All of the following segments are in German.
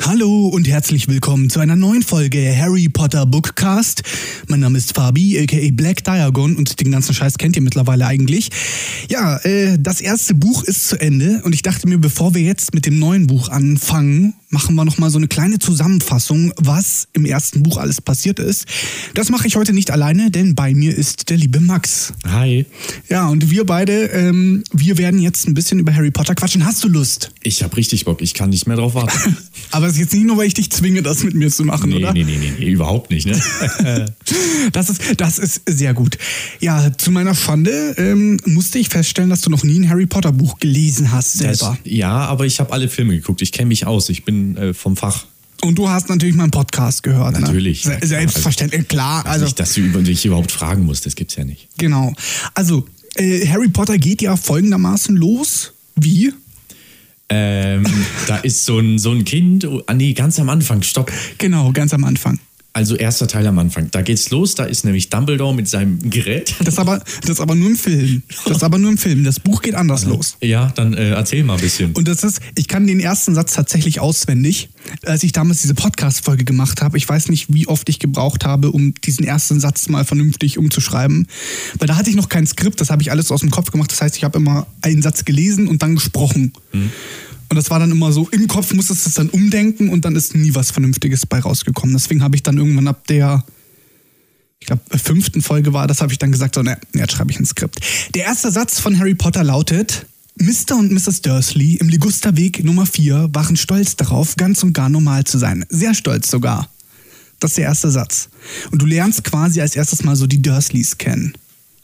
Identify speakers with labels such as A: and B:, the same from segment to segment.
A: Hallo und herzlich willkommen zu einer neuen Folge Harry Potter Bookcast. Mein Name ist Fabi, aka Black Diagon und den ganzen Scheiß kennt ihr mittlerweile eigentlich. Ja, äh, das erste Buch ist zu Ende und ich dachte mir, bevor wir jetzt mit dem neuen Buch anfangen, machen wir nochmal so eine kleine Zusammenfassung, was im ersten Buch alles passiert ist. Das mache ich heute nicht alleine, denn bei mir ist der liebe Max.
B: Hi.
A: Ja, und wir beide, ähm, wir werden jetzt ein bisschen über Harry Potter quatschen. Hast du Lust?
B: Ich hab richtig Bock, ich kann nicht mehr drauf warten.
A: Aber es ist jetzt nicht nur, weil ich dich zwinge, das mit mir zu machen,
B: nee,
A: oder?
B: nee, nee, nee, nee, überhaupt nicht, ne?
A: Das ist, das ist sehr gut. Ja, zu meiner Schande ähm, musste ich feststellen, dass du noch nie ein Harry Potter Buch gelesen hast selber.
B: ja, aber ich habe alle Filme geguckt, ich kenne mich aus, ich bin äh, vom Fach.
A: Und du hast natürlich meinen Podcast gehört.
B: Natürlich.
A: Ne? Se- Selbstverständlich, klar. Also,
B: nicht, dass du über dich überhaupt fragen musst, das gibt's ja nicht.
A: genau. Also, äh, Harry Potter geht ja folgendermaßen los. Wie?
B: Ähm, da ist so ein, so ein Kind, oh, ah nee, ganz am Anfang, stopp.
A: Genau, ganz am Anfang.
B: Also erster Teil am Anfang, da geht's los, da ist nämlich Dumbledore mit seinem Gerät.
A: Das aber, das aber nur im Film. Das aber nur im Film. Das Buch geht anders los.
B: Ja, dann äh, erzähl mal ein bisschen.
A: Und das ist, ich kann den ersten Satz tatsächlich auswendig. Als ich damals diese Podcast-Folge gemacht habe, ich weiß nicht, wie oft ich gebraucht habe, um diesen ersten Satz mal vernünftig umzuschreiben. Weil da hatte ich noch kein Skript, das habe ich alles aus dem Kopf gemacht. Das heißt, ich habe immer einen Satz gelesen und dann gesprochen. Und das war dann immer so, im Kopf musstest du es dann umdenken und dann ist nie was Vernünftiges bei rausgekommen. Deswegen habe ich dann irgendwann ab der ich glaube, fünften Folge war, das habe ich dann gesagt, so, ne, jetzt schreibe ich ein Skript. Der erste Satz von Harry Potter lautet, Mr. und Mrs. Dursley im Ligusterweg Nummer 4 waren stolz darauf, ganz und gar normal zu sein. Sehr stolz sogar. Das ist der erste Satz. Und du lernst quasi als erstes mal so die Dursleys kennen.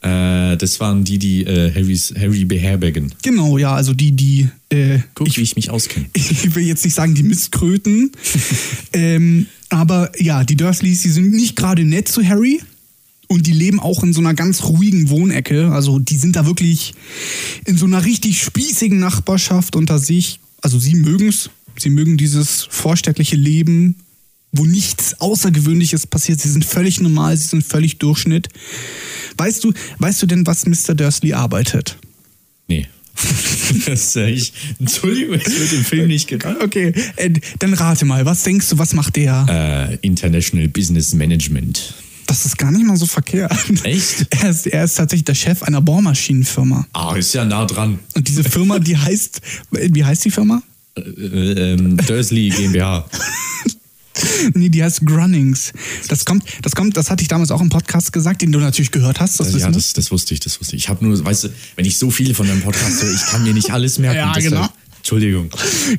B: Äh, das waren die, die äh, Harrys, Harry beherbergen.
A: Genau, ja, also die, die, äh,
B: Guck, wie ich mich auskenne.
A: ich will jetzt nicht sagen, die Mistkröten. ähm, aber ja, die Dursleys, die sind nicht gerade nett zu Harry. Und die leben auch in so einer ganz ruhigen Wohnecke. Also die sind da wirklich in so einer richtig spießigen Nachbarschaft unter sich. Also sie mögen's, Sie mögen dieses vorstädtliche Leben, wo nichts Außergewöhnliches passiert. Sie sind völlig normal, sie sind völlig Durchschnitt. Weißt du, weißt du denn, was Mr. Dursley arbeitet?
B: Nee. das, äh, ich, Entschuldigung, es wird im Film nicht gekannt.
A: Okay, äh, dann rate mal, was denkst du, was macht der?
B: Äh, International Business Management.
A: Das ist gar nicht mal so verkehrt.
B: Echt?
A: Er ist, er ist tatsächlich der Chef einer Bohrmaschinenfirma.
B: Ah, ist ja nah dran.
A: Und diese Firma, die heißt, wie heißt die Firma?
B: Äh, äh, ähm, Dursley GmbH.
A: Nee, die heißt Grunnings. Das kommt, das kommt, das hatte ich damals auch im Podcast gesagt, den du natürlich gehört hast. Das
B: Also, ja,
A: wissen wir.
B: das, das wusste ich, das wusste ich. Ich habe nur, weißt du, wenn ich so viele von deinem Podcast höre, ich kann mir nicht alles merken.
A: Ja,
B: deshalb-
A: genau.
B: Entschuldigung.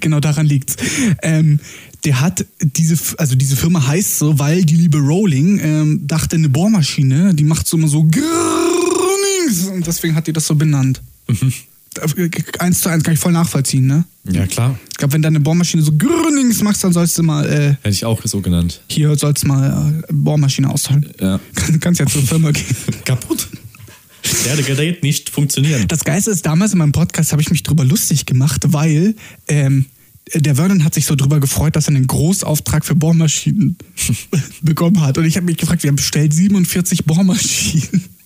A: genau daran liegt's. Ähm, der hat diese, F- also diese Firma heißt so, weil die liebe Rowling ähm, dachte, eine Bohrmaschine, die macht so immer so Grunnings. Und deswegen hat die das so benannt.
B: Mhm.
A: Eins zu eins kann ich voll nachvollziehen, ne?
B: Ja, klar.
A: Ich glaube, wenn deine Bohrmaschine so Grunnings machst, dann sollst du mal, äh,
B: Hätte ich auch so genannt.
A: hier soll's mal äh, Bohrmaschine austauschen.
B: Ja.
A: Kann, kannst ja zur Firma gehen.
B: Kaputt. Der Gerät nicht funktionieren.
A: Das Geiste ist, damals in meinem Podcast habe ich mich drüber lustig gemacht, weil ähm, der Vernon hat sich so drüber gefreut, dass er einen Großauftrag für Bohrmaschinen bekommen hat. Und ich habe mich gefragt, wir haben bestellt 47 Bohrmaschinen.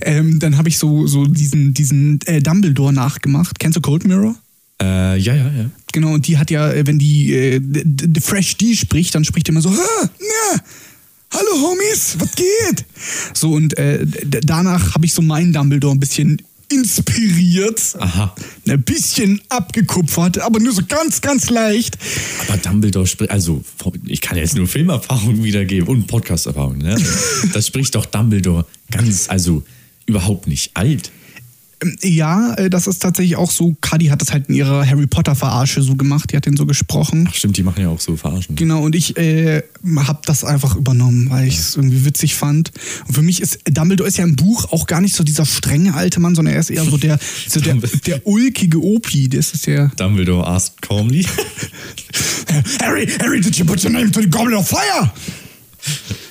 A: Ähm, dann habe ich so, so diesen, diesen äh, Dumbledore nachgemacht. Kennst du Cold Mirror?
B: Äh, ja, ja, ja.
A: Genau, und die hat ja, äh, wenn die äh, d- d- Fresh D spricht, dann spricht die immer so, "Ha, na, hallo Homies, was geht? So, und äh, d- danach habe ich so meinen Dumbledore ein bisschen inspiriert,
B: Aha.
A: ein bisschen abgekupfert, aber nur so ganz, ganz leicht.
B: Aber Dumbledore spricht, also ich kann jetzt nur Filmerfahrungen wiedergeben und Podcast-Erfahrungen, ne? Das spricht doch Dumbledore ganz, also überhaupt nicht alt.
A: Ähm, Ja, äh, das ist tatsächlich auch so, Cuddy hat das halt in ihrer Harry Potter-Verarsche so gemacht, die hat den so gesprochen.
B: Ach stimmt, die machen ja auch so Verarschen.
A: Genau, und ich äh, habe das einfach übernommen, weil ich es irgendwie witzig fand. Und für mich ist Dumbledore ist ja im Buch auch gar nicht so dieser strenge alte Mann, sondern er ist eher so der, so der, der ulkige Opi. Das ist der.
B: Dumbledore asked calmly.
A: Harry, Harry, did you put your name to the Goblet of Fire?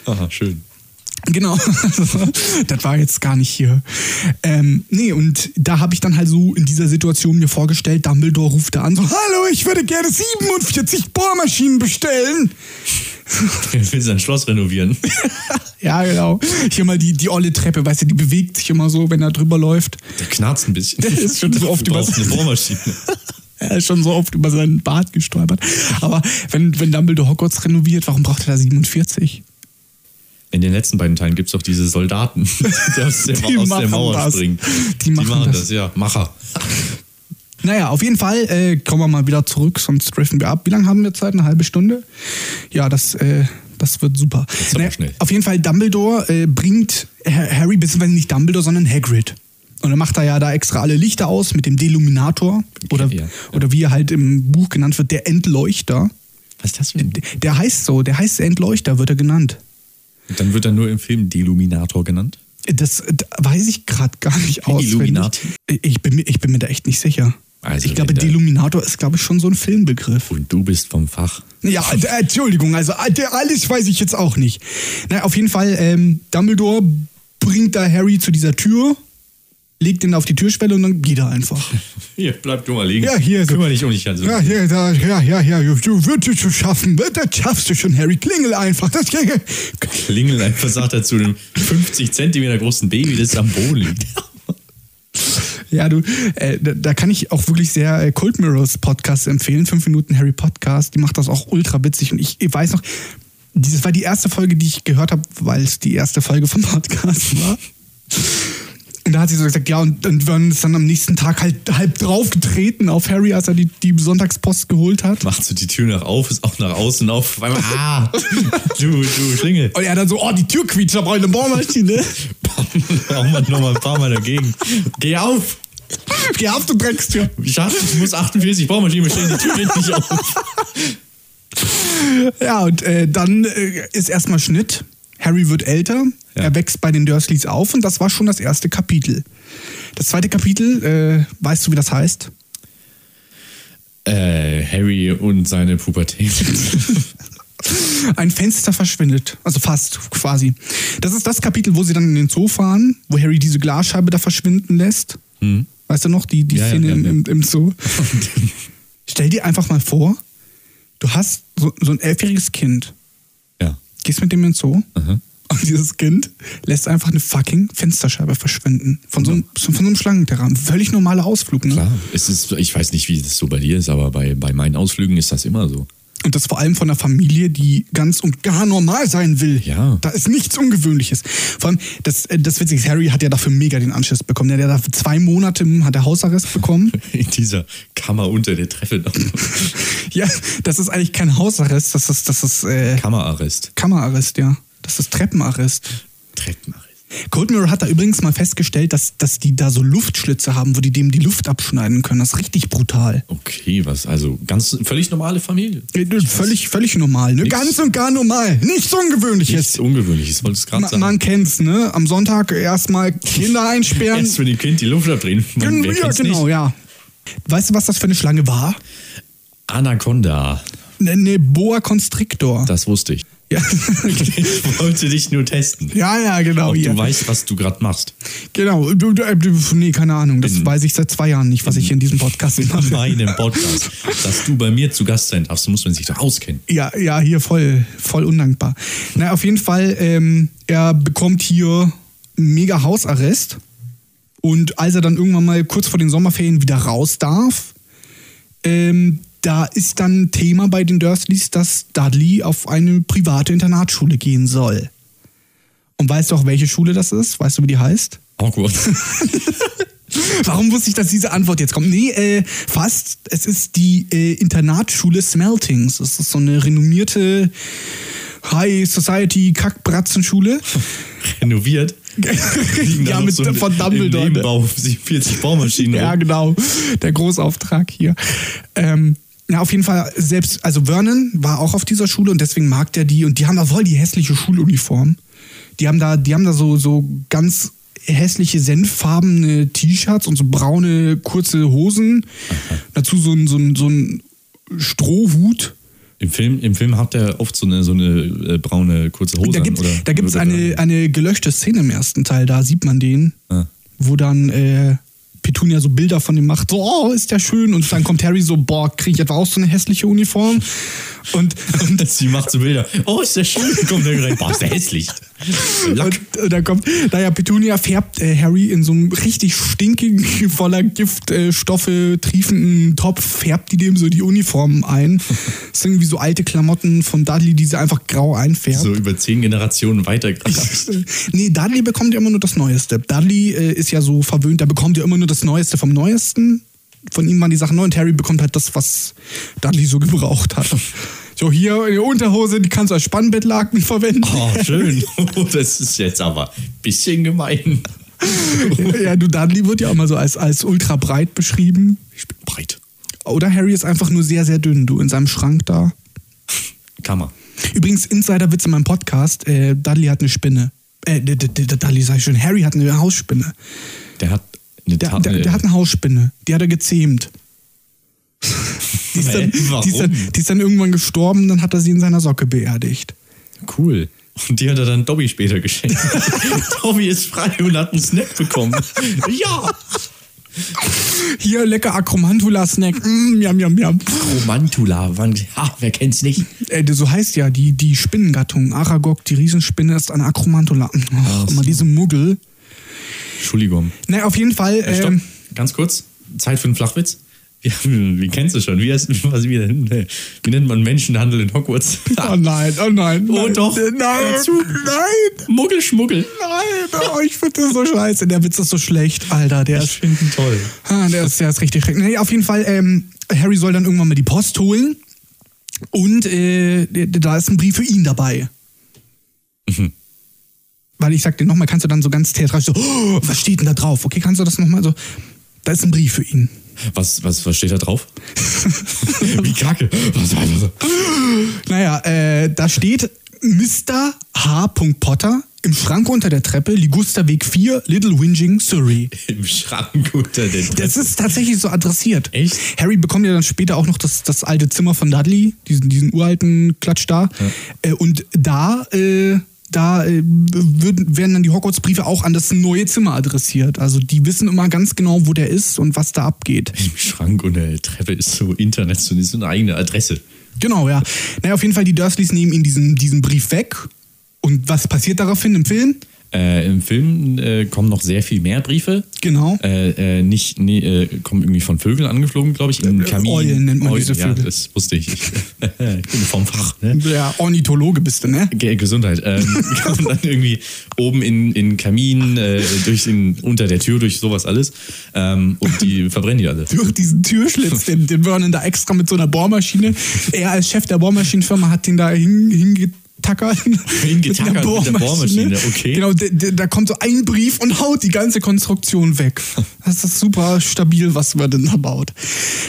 B: Aha, schön.
A: Genau, das war jetzt gar nicht hier. Ähm, nee, und da habe ich dann halt so in dieser Situation mir vorgestellt, Dumbledore ruft da an, so, hallo, ich würde gerne 47 Bohrmaschinen bestellen.
B: Er will sein Schloss renovieren.
A: Ja, genau. Hier mal die, die olle Treppe, weißt du, die bewegt sich immer so, wenn er drüber läuft.
B: Der knarzt ein bisschen.
A: Der ist schon
B: Du
A: drauf, die
B: brauchst eine
A: Maschine.
B: Bohrmaschine.
A: Er ist schon so oft über seinen Bart gestolpert. Aber wenn, wenn Dumbledore Hogwarts renoviert, warum braucht er da 47?
B: In den letzten beiden Teilen gibt es doch diese Soldaten, die aus der,
A: Die
B: aus der
A: machen
B: Mauer
A: das.
B: springen.
A: Die machen das.
B: ja. Macher.
A: Naja, auf jeden Fall äh, kommen wir mal wieder zurück, sonst driften wir ab. Wie lange haben wir Zeit? Eine halbe Stunde? Ja, das, äh, das wird super.
B: ist aber
A: Naja,
B: schnell.
A: Auf jeden Fall, Dumbledore äh, bringt Ha- Harry, beziehungsweise nicht Dumbledore, sondern Hagrid. Und dann macht er ja da extra alle Lichter aus mit dem Deluminator. Oder,
B: Ja, ja.
A: oder wie er halt im Buch genannt wird, der Entleuchter.
B: Was ist das für ein
A: D- Der heißt so, der heißt Entleuchter, wird er genannt.
B: Dann wird er nur im Film Deluminator genannt.
A: Das, äh, d- weiß ich gerade gar nicht aus.
B: Illuminati?
A: Ich bin, mir- ich bin mir da echt nicht sicher.
B: Also
A: ich glaube,
B: wenn der-
A: Deluminator ist, glaube ich, schon so ein Filmbegriff.
B: Und du bist vom Fach.
A: Ja, äh, Entschuldigung, also äh, der- alles weiß ich jetzt auch nicht. Na, auf jeden Fall, ähm, Dumbledore bringt da Harry zu dieser Tür, legt ihn auf die Türschwelle und dann geht er einfach.
B: Hier, bleib du mal liegen.
A: Ja, hier. so.
B: Kümmer dich um dich. Also.
A: Ja, hier, da, ja, ja, ja, du wirst es schon schaffen, das schaffst du schon, Harry. Klingel einfach, das klingel.
B: Klingel einfach sagt er zu einem 50 Zentimeter großen Baby, das am Boden liegt.
A: Ja, du, äh, da, da kann ich auch wirklich sehr äh, Cold Mirrors Podcast empfehlen. Fünf Minuten Harry Podcast, die macht das auch ultra witzig. Und ich, ich weiß noch, das war die erste Folge, die ich gehört habe, weil es die erste Folge vom Podcast war. Und da hat sie so gesagt, ja, und, und wir haben uns dann am nächsten Tag halt halb draufgetreten auf Harry, als er die, die Sonntagspost geholt hat.
B: Macht so die Tür nach auf, ist auch nach außen auf. Auf einmal, ah, du, du, Klingel.
A: Und er dann so, oh, die Tür quietscht, da brauche ich eine Bohrmaschine.
B: Hau mal noch mal ein paar Mal dagegen. Geh auf!
A: Geh auf, du Dreckstür.
B: Ich, hab, ich muss 48 Baumaschinen bestellen, die Tür geht nicht auf.
A: Ja, und äh, dann äh, ist erstmal Schnitt. Harry wird älter,
B: Ja.
A: er wächst bei den Dursleys auf und das war schon das erste Kapitel. Das zweite Kapitel, äh, weißt du, wie das heißt?
B: Äh, Harry und seine Pubertät.
A: Ein Fenster verschwindet, also fast quasi. Das ist das Kapitel, wo sie dann in den Zoo fahren, wo Harry diese Glasscheibe da verschwinden lässt. Weißt du noch, die, die
B: Hm. Ja, ja,
A: Szene
B: ja, ja.
A: Im, im Zoo? Stell dir einfach mal vor, du hast so, so ein elfjähriges Kind,
B: ja.
A: gehst mit dem in den Zoo
B: Aha.
A: Und dieses Kind lässt einfach eine fucking Fensterscheibe verschwinden. Von so einem, von so einem Schlangenterrain. Völlig normaler Ausflug, ne?
B: Klar, es ist, ich weiß nicht, wie das so bei dir ist, aber bei, bei meinen Ausflügen ist das immer so.
A: Und das vor allem von einer Familie, die ganz und gar normal sein will.
B: Ja.
A: Da ist nichts Ungewöhnliches. Vor allem, das, äh, das Witzige ist, Harry hat ja dafür mega den Anschiss bekommen. Der hat ja dafür zwei Monate hm, hat er Hausarrest bekommen.
B: In dieser Kammer unter der Treppe.
A: ja, das ist eigentlich kein Hausarrest, das ist, das ist äh,
B: Kammerarrest.
A: Kammerarrest, ja. Das ist Treppenarrest.
B: Treppenarrest.
A: Cold Mirror hat da übrigens mal festgestellt, dass, dass die da so Luftschlitze haben, wo die dem die Luft abschneiden können. Das ist richtig brutal.
B: Okay, was? Also ganz völlig normale Familie.
A: Ja, du, Völlig, völlig normal, ne? Ganz und gar normal. Nichts
B: Nichts
A: Ungewöhnliches.
B: Ungewöhnliches, wollte ich gerade
A: Ma
B: sagen.
A: man kennt's, ne? Am Sonntag erstmal Kinder einsperren.
B: Erst wenn dem Kind die Luft abdrehen. Man, wer
A: ja,
B: kennt's
A: genau,
B: nicht?
A: ja. Weißt du, was das für eine Schlange war?
B: Anaconda,
A: Eine eine Boa Constrictor.
B: das wusste ich.
A: Ja.
B: Ich wollte dich nur testen.
A: ja, ja, genau.
B: Ob
A: Ja.
B: du weißt, was du gerade machst.
A: Genau. Du, du, äh, du, nee, keine Ahnung. Das weiß ich seit zwei Jahren nicht, was ich hier in diesem Podcast mache.
B: Meinem Podcast. Dass du bei mir zu Gast sein darfst, muss man sich doch auskennen.
A: Ja, ja, hier voll, voll undankbar. Na, auf jeden Fall, ähm, er bekommt hier mega Hausarrest. Und als er dann irgendwann mal kurz vor den Sommerferien wieder raus darf, ähm, da ist dann Thema bei den Dursleys, dass Dudley auf eine private Internatsschule gehen soll. Und weißt du auch, welche Schule das ist? Weißt du, wie die heißt?
B: Awkward.
A: Warum wusste ich, dass diese Antwort jetzt kommt? Nee, äh, fast. Es ist die äh, Internatsschule Smeltings. Es ist so eine renommierte High Society Kackbratzenschule.
B: Renoviert. Liegen da
A: ja,
B: noch
A: mit
B: so im-
A: von
B: Im
A: Dumbledore. ne?
B: Nebenbau 40 Baumaschinen.
A: Ja,
B: rum.
A: genau. Der Großauftrag hier. Ähm, ja, auf jeden Fall selbst, also Vernon war auch auf dieser Schule und deswegen mag der die und die haben da voll die hässliche Schuluniform. Die haben da, die haben da so, so ganz hässliche senffarbene T-Shirts und so braune kurze Hosen. Dazu so ein, so ein, so ein Strohhut.
B: Im, Film, Im Film hat er oft so eine, so eine äh, braune kurze Hose.
A: Da gibt
B: an, oder-
A: da gibt's
B: oder-
A: eine, eine gelöschte Szene im ersten Teil, da sieht man den,
B: Ah.
A: wo dann äh, Petunia so Bilder von dem macht, so, oh, ist der schön. Und dann kommt Harry so, boah, kriege ich etwa auch so eine hässliche Uniform? Und, und
B: Sie macht so Bilder. Oh, ist der schön. Kommt der rein. Boah, ist der hässlich. Lack.
A: Und, und dann kommt, naja, Petunia färbt äh, Harry in so einem richtig stinkigen, voller Giftstoffe äh, Stoffe triefenden Topf, färbt die dem so die Uniformen ein. Das sind irgendwie so alte Klamotten von Dudley, die sie einfach grau einfärbt.
B: So über zehn Generationen weiter.
A: Nee, Dudley bekommt ja immer nur das Neueste. Dudley äh, ist ja so verwöhnt, der bekommt ja immer nur das Neueste vom Neuesten. Von ihm waren die Sachen neu und Harry bekommt halt das, was Dudley so gebraucht hat. So, hier in der Unterhose, die kannst du als Spannbettlaken verwenden.
B: Oh, schön. Das ist jetzt aber ein bisschen gemein.
A: Ja, du, Dudley wird ja auch mal so als, als ultra breit beschrieben.
B: Ich bin breit.
A: Oder Harry ist einfach nur sehr, sehr dünn, du, in seinem Schrank da.
B: Kammer.
A: Übrigens, Insiderwitz in meinem Podcast, äh, Dudley hat eine Spinne. Äh, d- d- d- Dudley sag ich schon, Harry hat eine Hausspinne.
B: Der hat eine
A: Der,
B: Ta-
A: der, der hat eine Hausspinne, die hat er gezähmt. Die ist, dann,
B: Hä?
A: die, ist dann,
B: Warum?
A: die ist dann irgendwann gestorben, dann hat er sie in seiner Socke beerdigt.
B: Cool. Und die hat er dann Dobby später geschenkt. Dobby ist frei und hat einen Snack bekommen. ja!
A: Hier, lecker Akromantula-Snack. Mm, yam, yam, yam.
B: Romantula, wann, ha, wer kennt's nicht?
A: Äh, so heißt ja die, die Spinnengattung. Aragog, die Riesenspinne, ist eine Akromantula. Ach,
B: so.
A: immer diese Muggel.
B: Entschuldigung.
A: Na, auf jeden Fall.
B: Äh, stopp,
A: ähm,
B: ganz kurz. Zeit für einen Flachwitz. Ja, wie kennst du schon? Wie, heißt, was, wie, wie nennt man Menschenhandel in Hogwarts?
A: oh nein, oh nein.
B: Oh
A: nein,
B: doch.
A: Nein,
B: Hör zu.
A: nein,
B: Muggelschmuggel.
A: nein. Oh, ich finde das so scheiße. Der Witz ist so schlecht, Alter. Der ist
B: finde ihn toll.
A: Ah, der, ist, der ist richtig schrecklich. Nee, auf jeden Fall, ähm, Harry soll dann irgendwann mal die Post holen. Und äh, d- d- da ist ein Brief für ihn dabei. Weil ich sag dir nochmal, kannst du dann so ganz theatralisch so, oh, was steht denn da drauf? Okay, kannst du das nochmal so? Da ist ein Brief für ihn.
B: Was, was, was steht da drauf? wie kacke. Was, was, was?
A: Naja, äh, da steht Mr. H. Potter im Schrank unter der Treppe, Ligusterweg 4, Little Whinging, Surrey.
B: Im Schrank unter den
A: Das ist tatsächlich so adressiert.
B: Echt?
A: Harry bekommt ja dann später auch noch das, das alte Zimmer von Dudley, diesen, diesen uralten Klatsch da. Äh, und da, äh, da äh, würden, werden dann die Hogwarts-Briefe auch an das neue Zimmer adressiert. Also die wissen immer ganz genau, wo der ist und was da abgeht.
B: Im Schrank unter der Treppe ist so Internet, so ist so eine eigene Adresse.
A: Genau, ja. Naja, auf jeden Fall, die Dursleys nehmen ihnen diesen, diesen Brief weg. Und was passiert daraufhin im Film?
B: Äh, Im Film äh, kommen noch sehr viel mehr Briefe.
A: Genau.
B: Äh, äh, nicht, nee, äh, kommen irgendwie von Vögeln angeflogen, glaube ich. Im
A: Äh,
B: Kamin.
A: Eulen nennt man diese
B: Ja,
A: Vögel.
B: das wusste ich. Ich bin vom Fach. Ne?
A: Ja, Ornithologe bist du, ne?
B: Ge- Gesundheit. Ähm, kommen dann irgendwie oben in, in Kamin, äh, durch den, unter der Tür, durch sowas alles. Ähm, und die verbrennen die alle.
A: durch diesen Türschlitz, den, den Vernon da extra mit so einer Bohrmaschine. Er als Chef der Bohrmaschinenfirma hat den da hin, hingetackert.
B: Hingetackert mit der Bohrmaschine, okay.
A: Genau, d- d- da kommt so ein Brief und haut die ganze Konstruktion weg. Das ist super stabil, was man denn da baut.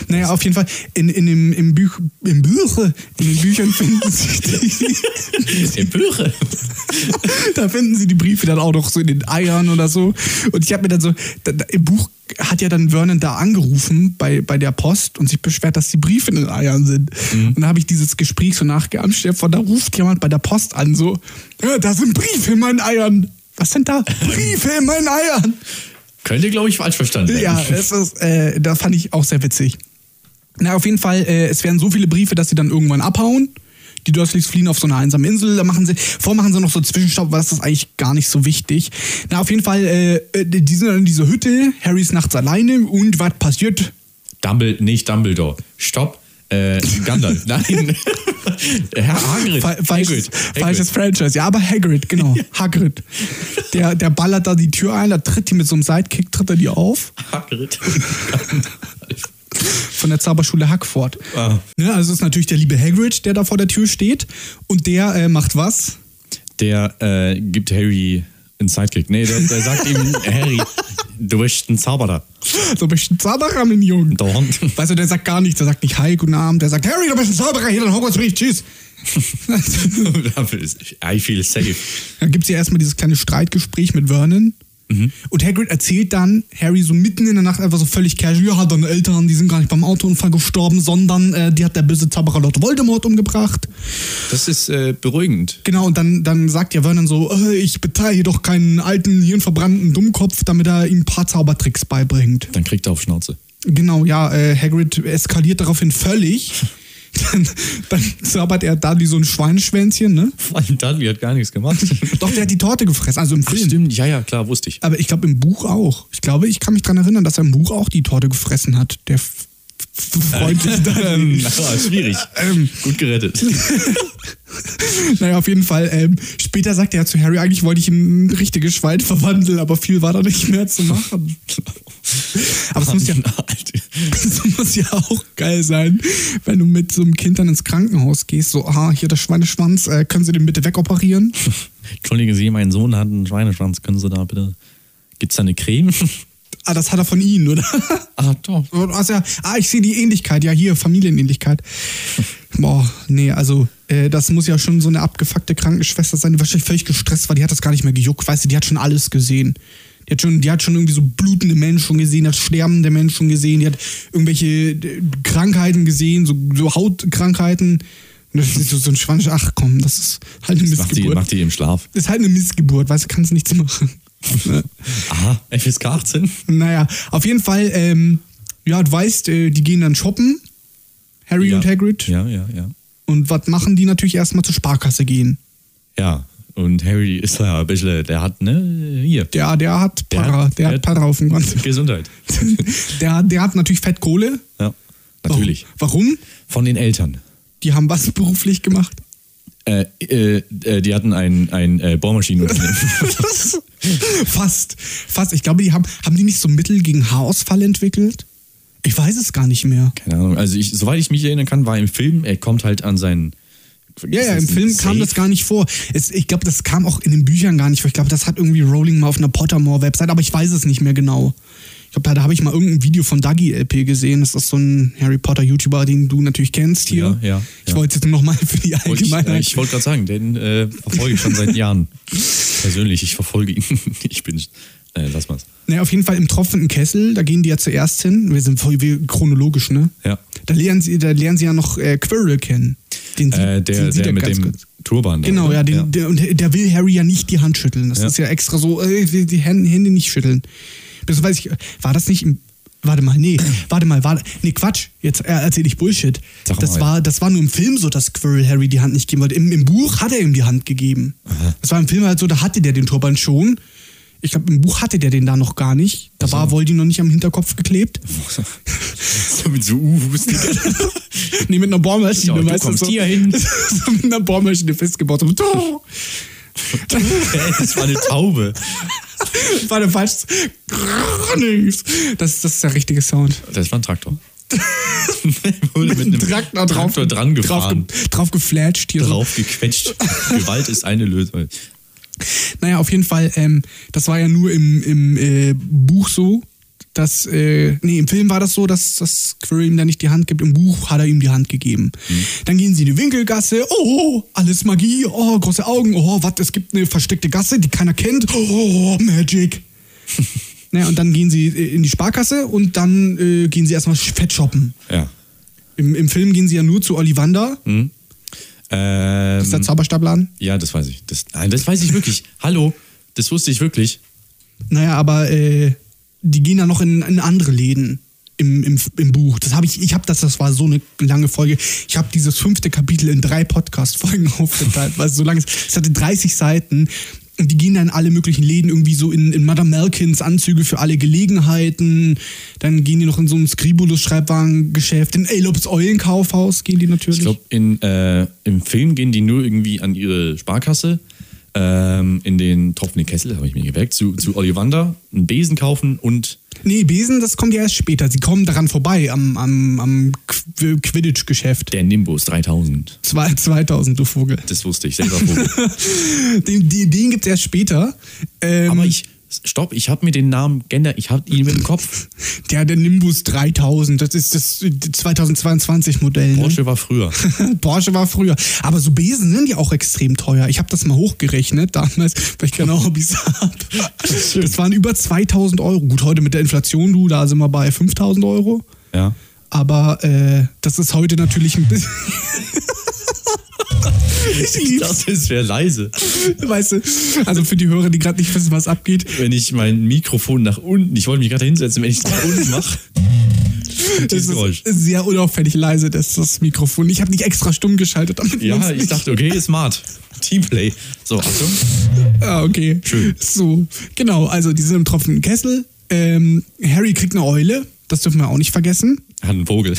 A: Naja, auf jeden Fall, in, in, dem, im Büch, im Büche, in den Büchern finden sich die,
B: Empöre.
A: da finden sie die Briefe dann auch noch so in den Eiern oder so. Und ich habe mir dann so, da, da, im Buch hat ja dann Vernon da angerufen bei, bei der Post und sich beschwert, dass die Briefe in den Eiern sind. Und da habe ich dieses Gespräch so nachgeahmt, Stell dir vor, da ruft jemand bei der Post an, so, ja, da sind Briefe in meinen Eiern. Was sind da? Briefe in meinen Eiern.
B: Könnte, glaube ich, falsch verstanden werden.
A: Ja, das, ist, äh, das fand ich auch sehr witzig. Na, auf jeden Fall, äh, es werden so viele Briefe, dass sie dann irgendwann abhauen. Die Dursleys fliehen auf so eine einsame Insel, da machen sie, vormachen sie noch so Zwischenstopp, weil das ist eigentlich gar nicht so wichtig. Na, auf jeden Fall, äh, äh, die sind dann in dieser Hütte, Harry ist nachts alleine und was passiert?
B: Dumbledore, nicht Dumbledore. Stopp. Äh, Gandalf. Nein. Herr Hagrid.
A: Fa- falsches,
B: Hagrid. Hagrid.
A: falsches Franchise. Ja, aber Hagrid, genau. Hagrid. Der, der ballert da die Tür ein, da tritt die mit so einem Sidekick, tritt er die auf.
B: Hagrid.
A: von der Zauberschule Hackford.
B: Ah.
A: Ne, also es ist natürlich der liebe Hagrid, der da vor der Tür steht und der äh, macht was?
B: Der äh, gibt Harry einen Sidekick. Nee, der, der sagt ihm, Harry, du bist ein Zauberer.
A: So ein bisschen Zauberer, mein Junge.
B: Dorn.
A: Weißt du, der sagt gar nichts, der sagt nicht Hi, guten Abend, der sagt Harry, du bist ein Zauberer, hier dein Hogwarts-Brief, tschüss.
B: I feel safe.
A: Dann gibt es ja erstmal dieses kleine Streitgespräch mit Vernon. Und Hagrid erzählt dann Harry so mitten in der Nacht einfach so völlig casual, ja, deine Eltern, die sind gar nicht beim Autounfall gestorben, sondern äh, die hat der böse Zauberer Lord Voldemort umgebracht.
B: Das ist äh, beruhigend.
A: Genau, und dann, dann sagt ja Vernon so, äh, ich beteile doch keinen alten, hirnverbrannten Dummkopf, damit er ihm ein paar Zaubertricks beibringt.
B: Dann kriegt er auf Schnauze.
A: Genau, ja, äh, Hagrid eskaliert daraufhin völlig. Dann, dann zaubert er Dudley so ein Schweineschwänzchen, ne?
B: Vor allem Dudley hat gar nichts gemacht.
A: Doch, der hat die Torte gefressen, also im
B: Ach,
A: Film.
B: stimmt, ja, ja, klar, wusste ich.
A: Aber ich glaube im Buch auch. Ich glaube, ich kann mich dran erinnern, dass er im Buch auch die Torte gefressen hat. Der f- f- freundliche Dudley.
B: Ähm, ah, schwierig.
A: Ähm.
B: Gut gerettet.
A: Naja, auf jeden Fall. Ähm, später sagt er zu Harry, eigentlich wollte ich ihn in ein richtiges Schwein verwandeln, aber viel war da nicht mehr zu machen. Aber es muss ja, es muss ja auch geil sein, wenn du mit so einem Kind dann ins Krankenhaus gehst, so, ah, hier der Schweineschwanz, äh, können Sie den bitte wegoperieren?
B: Entschuldigen Sie, mein Sohn hat einen Schweineschwanz. Können Sie da bitte. Gibt's da eine Creme?
A: Ah, das hat er von Ihnen, oder?
B: ah, doch.
A: Also, ja, ah, ich sehe die Ähnlichkeit, ja, hier, Familienähnlichkeit. Boah, nee, also, äh, das muss ja schon so eine abgefuckte Krankenschwester sein, die wahrscheinlich völlig gestresst war, die hat das gar nicht mehr gejuckt, weißt du, die hat schon alles gesehen. Die hat schon, die hat schon irgendwie so blutende Menschen gesehen, die hat sterbende Menschen gesehen, die hat irgendwelche äh, Krankheiten gesehen, so, so Hautkrankheiten. Und das ist so, so ein Schwanz, ach komm, das ist halt eine
B: Macht die,
A: Missgeburt.
B: macht die im Schlaf.
A: Das ist halt eine Missgeburt, weißt du, kannst nichts machen. Ne?
B: Aha, FSK 18?
A: Naja, auf jeden Fall, ähm, ja, du weißt, äh, die gehen dann shoppen, Harry und Hagrid.
B: Ja, ja, ja.
A: Und was machen die natürlich erstmal zur Sparkasse gehen?
B: Ja, und Harry ist ja ein bisschen, der hat, ne, hier,
A: Der, der hat Para, der, hat Para auf dem Ganzen.
B: Gesundheit.
A: Der, der hat natürlich Fettkohle.
B: Ja, natürlich.
A: Warum? Warum?
B: Von den Eltern.
A: Die haben was beruflich gemacht.
B: Äh, äh, äh, die hatten ein, ein äh, Bohrmaschinenunternehmen.
A: fast, fast. Ich glaube, die haben, haben die nicht so Mittel gegen Haarausfall entwickelt? Ich weiß es gar nicht mehr.
B: Keine Ahnung. Also, ich, soweit ich mich erinnern kann, war im Film, er kommt halt an seinen.
A: Ja, ja, im
B: ist ein
A: Film kam
B: Safe?
A: das gar nicht vor. Es, ich glaube, das kam auch in den Büchern gar nicht vor. Ich glaube, das hat irgendwie Rowling mal auf einer Pottermore-Website, aber ich weiß es nicht mehr genau. Ich glaube, da, da habe ich mal irgendein Video von Dagi LP gesehen. Das ist so ein Harry Potter-YouTuber, den du natürlich kennst hier.
B: Ja, ja,
A: Ich
B: ja.
A: wollte jetzt nur nochmal für die
B: Wollte ich äh,
A: Allgemeinheit.
B: ich wollte gerade sagen, den äh, verfolge ich schon seit Jahren. Persönlich, ich verfolge ihn. Ich bin. Äh, lass mal's.
A: naja, auf jeden Fall im tropfenden Kessel, da gehen die ja zuerst hin. Wir sind voll wir, chronologisch, ne?
B: Ja.
A: Da lernen sie, da lernen sie ja noch äh, Quirrell kennen. Den sie-
B: Äh, der
A: den sie
B: der
A: da
B: mit
A: ganz
B: dem
A: kurz-
B: Turban. da,
A: Genau,
B: oder?
A: ja, den, Der, und der will Harry ja nicht die Hand schütteln. Das
B: Ja.
A: ist ja extra so, äh, ich will die Hände, Hände nicht schütteln. Das weiß ich, war das nicht im. Warte mal, nee, warte mal, warte. Nee, Quatsch, jetzt äh, erzähl ich Bullshit.
B: Sag
A: Das
B: mal.
A: war, das war nur im Film so, dass Quirrell Harry die Hand nicht geben wollte. Im, im Buch hat er ihm die Hand gegeben. Das war im Film halt so, da hatte der den Turban schon. Ich glaube, im Buch hatte der den da noch gar nicht. Da war Voldy noch nicht am Hinterkopf geklebt.
B: So mit so Uhus, Digga.
A: nee, mit einer
B: Ja,
A: Bohrmaschine,
B: du
A: weißt
B: kommst
A: so,
B: hier hin.
A: so mit einer Bohrmaschine festgebaut. So,
B: Hey, das war eine Taube.
A: War der falsch? Das, das ist der richtige Sound.
B: Das war ein Traktor. Wurde mit einem
A: Traktor drauf,
B: Traktor dran gefahren.
A: Drauf, ge- drauf geflatscht hier so.
B: Drauf gequetscht. Gewalt ist eine Lösung.
A: Naja, auf jeden Fall, ähm, das war ja nur im, im äh, Buch so, dass, äh, nee, im Film war das so, dass, dass Quirrell ihm da nicht die Hand gibt, im Buch hat er ihm die Hand gegeben.
B: Mhm.
A: Dann gehen sie in die Winkelgasse, oh, alles Magie, oh, große Augen, oh, was, es gibt eine versteckte Gasse, die keiner kennt, oh, Magic. naja, und dann gehen sie äh, in die Sparkasse und dann äh, gehen sie erstmal fett shoppen.
B: Ja. Hm?
A: Im, Im Film gehen sie ja nur zu Ollivander,
B: Ähm,
A: das ist der Zauberstabladen.
B: ja, das weiß ich. Das, nein, das weiß ich wirklich. Hallo, das wusste ich wirklich.
A: Naja, aber äh, die gehen dann noch in, in andere Läden im, im, im Buch. Das habe ich, ich habe das, das war so eine lange Folge. Ich habe dieses fünfte Kapitel in drei Podcast-Folgen aufgeteilt, weil es so lang ist. Es hatte 30 Seiten. Und die gehen dann in alle möglichen Läden irgendwie so in, in Madame Malkins Anzüge für alle Gelegenheiten. Dann gehen die noch in so ein Scribulus-Schreibwarengeschäft. In Elobs Eulenkaufhaus gehen die natürlich.
B: Ich glaube, äh, im Film gehen die nur irgendwie an ihre Sparkasse. Ähm, in den tropfenden Kessel, habe ich mir geweckt, zu, zu Ollivander, einen Besen kaufen und
A: nee, Besen, das kommt ja erst später. Sie kommen daran vorbei am, am, am Qu- Quidditch-Geschäft.
B: der Nimbus 3000.
A: Zwei- 2000, du Vogel.
B: Das wusste ich selber. Vogel.
A: Den, den, den gibt es erst später. Ähm,
B: Aber ich, stopp, ich habe mir den Namen geändert, ich habe ihn im Kopf.
A: Der, der Nimbus 3000, das ist das 2022 Modell. Ne?
B: Porsche war früher.
A: Porsche war früher. Aber so Besen sind ja auch extrem teuer. Ich habe das mal hochgerechnet damals, weil ich keine Hobbys habe. Das waren über 2000 Euro. Gut, heute mit der Inflation, du, da sind wir bei 5000 Euro.
B: Ja.
A: Aber äh, das ist heute natürlich ein bisschen. ich
B: Ich
A: lieb's.
B: dachte, es wäre leise.
A: Weißt du, also für die Hörer, die gerade nicht wissen, was abgeht,
B: Wenn ich mein Mikrofon nach unten, ich wollte mich gerade hinsetzen, wenn ich es nach unten mache,
A: Es
B: dieses Geräusch.
A: ist sehr unauffällig leise, das, das Mikrofon. Ich habe nicht extra stumm geschaltet. Damit man's
B: Ja, ich
A: nicht-
B: dachte, okay, smart. Teamplay. So, Achtung.
A: Ah, okay.
B: Schön.
A: So, genau. Also, die sind im tropfenden Kessel. Ähm, Harry kriegt eine Eule. Das dürfen wir auch nicht vergessen.
B: Hat einen Vogel.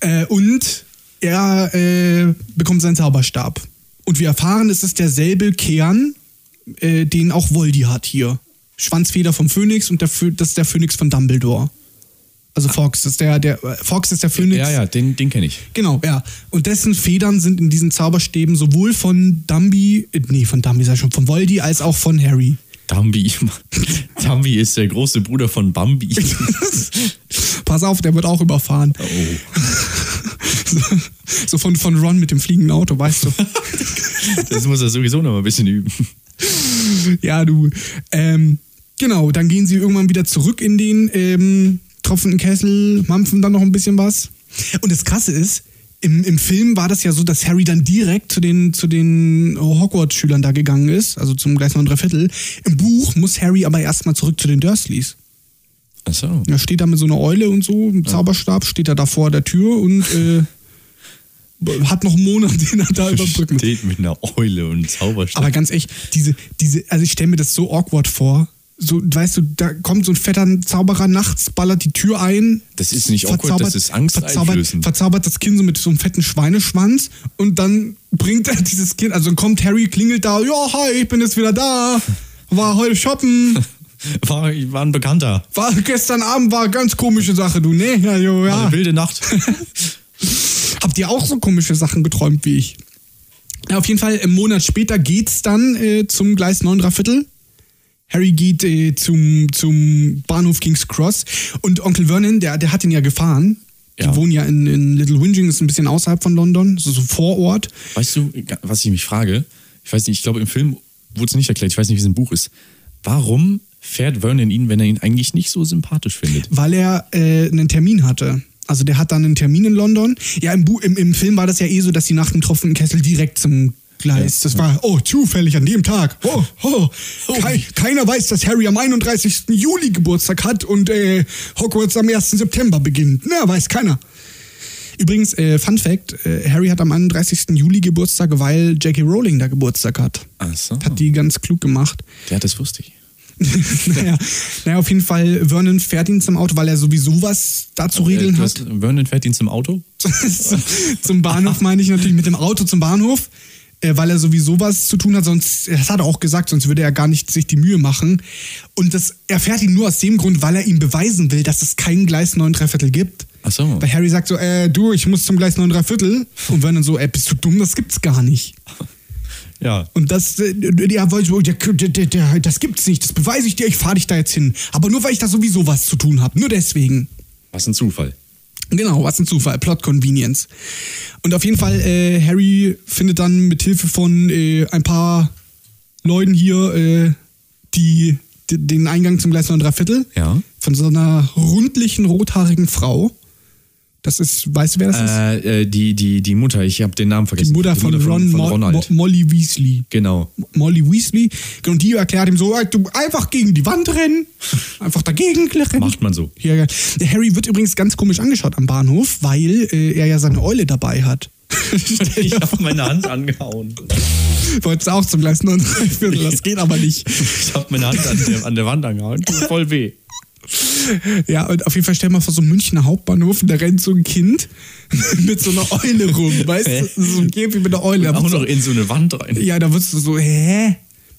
A: Äh, und er äh, bekommt seinen Zauberstab. Und wir erfahren, es ist derselbe Kern, äh, den auch Voldy hat hier. Schwanzfeder vom Phönix und der Phö das ist der Phönix von Dumbledore. Also Fox ist der, der äh, Fox ist der Phönix.
B: Ja, ja, den, den kenne ich.
A: Genau, ja. Und dessen Federn sind in diesen Zauberstäben sowohl von Dumbi, äh, nee, von Dumbi sei schon, von Voldy als auch von Harry.
B: Dambi. Dambi ist der große Bruder von Bambi.
A: Pass auf, der wird auch überfahren.
B: Oh.
A: So, so von, von Ron mit dem fliegenden Auto, weißt du.
B: Das muss er sowieso noch mal ein bisschen üben.
A: Ja, du. Ähm, genau, dann gehen sie irgendwann wieder zurück in den ähm, tropfenden Kessel, mampfen dann noch ein bisschen was. Und das Krasse ist, im, im Film war das ja so, dass Harry dann direkt zu den, zu den Hogwarts-Schülern da gegangen ist, also zum Gleis 9 Viertel. Im Buch muss Harry aber erstmal zurück zu den Dursleys.
B: Achso.
A: Er steht da mit so einer Eule und so, im Zauberstab, steht er da vor der Tür und äh, hat noch einen Monat, den er da überbrücken muss.
B: Steht mit einer Eule und Zauberstab.
A: Aber ganz echt, diese, diese, also ich stelle mir das so awkward vor. So, weißt du, da kommt so ein fetter Zauberer nachts, ballert die Tür ein.
B: Das ist nicht awkward,
A: verzaubert-
B: das ist angsteinflößend.
A: Verzaubert, verzaubert das Kind so mit so einem fetten Schweineschwanz und dann bringt er dieses Kind, also dann kommt Harry, klingelt da, ja, hi, ich bin jetzt wieder da, war heute shoppen,
B: War, war ein Bekannter.
A: war gestern Abend, war ganz komische Sache, du, ne, ja, jo,
B: War
A: ja.
B: Eine wilde Nacht.
A: Habt ihr auch so komische Sachen geträumt wie ich? Ja, auf jeden Fall, einen Monat später geht's dann äh, zum Gleis 9 Dreiviertel. Harry geht äh, zum, zum Bahnhof King's Cross und Onkel Vernon, der, der hat ihn ja gefahren.
B: Ja.
A: Die wohnen ja in, in Little Winging, ist ein bisschen außerhalb von London, so, so Vorort.
B: Weißt du, was ich mich frage? Ich weiß nicht, ich glaube, im Film wurde es nicht erklärt. Ich weiß nicht, wie es im Buch ist. Warum fährt Vernon ihn, wenn er ihn eigentlich nicht so sympathisch findet?
A: weil er äh, einen Termin hatte. Also der hat dann einen Termin in London. Ja, im, Bu im, im Film war das ja eh so, dass die nach dem tropfenden Kessel direkt zum Gleis. das war, oh, zufällig an dem Tag. Oh, oh. Kei keiner weiß, dass Harry am 31. Juli Geburtstag hat und äh, Hogwarts am 1. September beginnt. Na, weiß keiner. Übrigens, äh, Fun Fact, äh, Harry hat am 31. Juli Geburtstag, weil J.K. Rowling da Geburtstag hat.
B: Achso.
A: Hat die ganz klug gemacht.
B: Ja, das wusste ich.
A: naja, naja, auf jeden Fall, Vernon fährt ihn zum Auto, weil er sowieso was da zu
B: Äh,
A: regeln
B: du
A: hat.
B: hast- Vernon fährt ihn zum Auto?
A: zum Bahnhof meine ich natürlich mit dem Auto zum Bahnhof, äh, weil er sowieso was zu tun hat. Sonst, das hat er auch gesagt, sonst würde er gar nicht sich die Mühe machen. Und das, er fährt ihn nur aus dem Grund, weil er ihm beweisen will, dass es kein Gleis 9 Dreiviertel gibt.
B: Ach so.
A: Weil Harry sagt so, äh, du, ich muss zum Gleis 9 Dreiviertel. Und Vernon so, äh, bist du dumm, das gibt's gar nicht.
B: Ja.
A: Und das, äh, ja, wollte ich- der, der, der, das gibt's nicht, das beweise ich dir, ich fahre dich da jetzt hin. Aber nur, weil ich da sowieso was zu tun habe, nur deswegen.
B: Was ein Zufall.
A: Genau, was ein Zufall, Plot Convenience. Und auf jeden Fall, äh, Harry findet dann mit Hilfe von äh, ein paar Leuten hier äh, die, d- den Eingang zum Gleis 9 Viertel.
B: Ja.
A: Von so einer rundlichen, rothaarigen Frau. Das ist, weißt du, wer das ist?
B: Äh, äh, die, die, die Mutter, ich habe den Namen vergessen.
A: Die Mutter von, Ron, Mo Mo
B: Ronald.
A: Molly Weasley.
B: Genau.
A: Molly Weasley. Und die erklärt ihm so, "Ey, du einfach gegen die Wand rennen. Einfach dagegen rennen.
B: Macht man so.
A: Ja, ja. Der Harry wird übrigens ganz komisch angeschaut am Bahnhof, weil äh, er ja seine Eule dabei hat.
B: Ich habe meine Hand angehauen.
A: Wolltest auch zum Gleis 9 Viertel, das geht aber nicht.
B: Ich habe meine Hand an der, an der Wand angehauen. Tut voll weh.
A: Ja, und auf jeden Fall stell mal vor, so einem Münchner Hauptbahnhof und da rennt so ein Kind mit so einer Eule rum, weißt du? So ein Käfig mit einer Eule. Da
B: Auch
A: wird's
B: noch in so eine Wand rein.
A: so- Ja, da wirst du so, hä?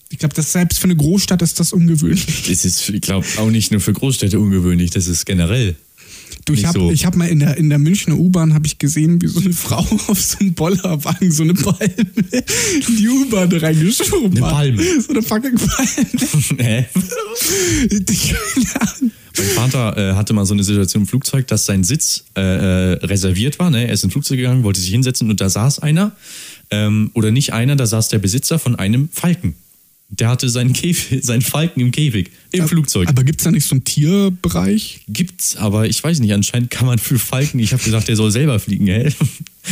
A: Ich glaube, das selbst für eine Großstadt ist das ungewöhnlich.
B: Das ist, ich glaube, auch nicht nur für Großstädte ungewöhnlich, das ist generell.
A: Du, ich
B: Nicht
A: habe
B: so.
A: ich hab mal in der, in der Münchner U-Bahn habe ich gesehen, wie so eine Frau auf so einem Bollerwagen so eine Palme in die U-Bahn reingeschoben
B: Eine
A: hat.
B: Palme?
A: So eine fucking Palme.
B: Hä?
A: Ich- keine Ahnung.
B: mein Vater äh, hatte mal so eine Situation im Flugzeug, dass sein Sitz äh, äh, reserviert war. Ne? Er ist ins Flugzeug gegangen, wollte sich hinsetzen und da saß einer. Ähm, oder nicht einer, da saß der Besitzer von einem Falken. Der hatte seinen, Käfig, seinen Falken im Käfig, im Flugzeug.
A: Aber gibt's da nicht so einen Tierbereich?
B: Gibt's, aber ich weiß nicht, anscheinend kann man für Falken, ich habe gedacht, der soll selber fliegen, hä?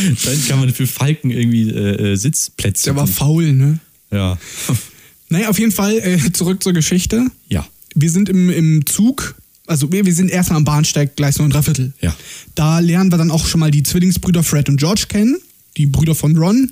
B: Anscheinend kann man für Falken irgendwie äh, äh, Sitzplätze.
A: Der war faul, ne?
B: ja.
A: Naja, auf jeden Fall äh, zurück zur Geschichte.
B: ja.
A: Wir sind im, im Zug also wir, wir sind erstmal am Bahnsteig, gleich nur ein Dreiviertel.
B: Ja.
A: Da lernen wir dann auch schon mal die Zwillingsbrüder Fred und George kennen, die Brüder von Ron.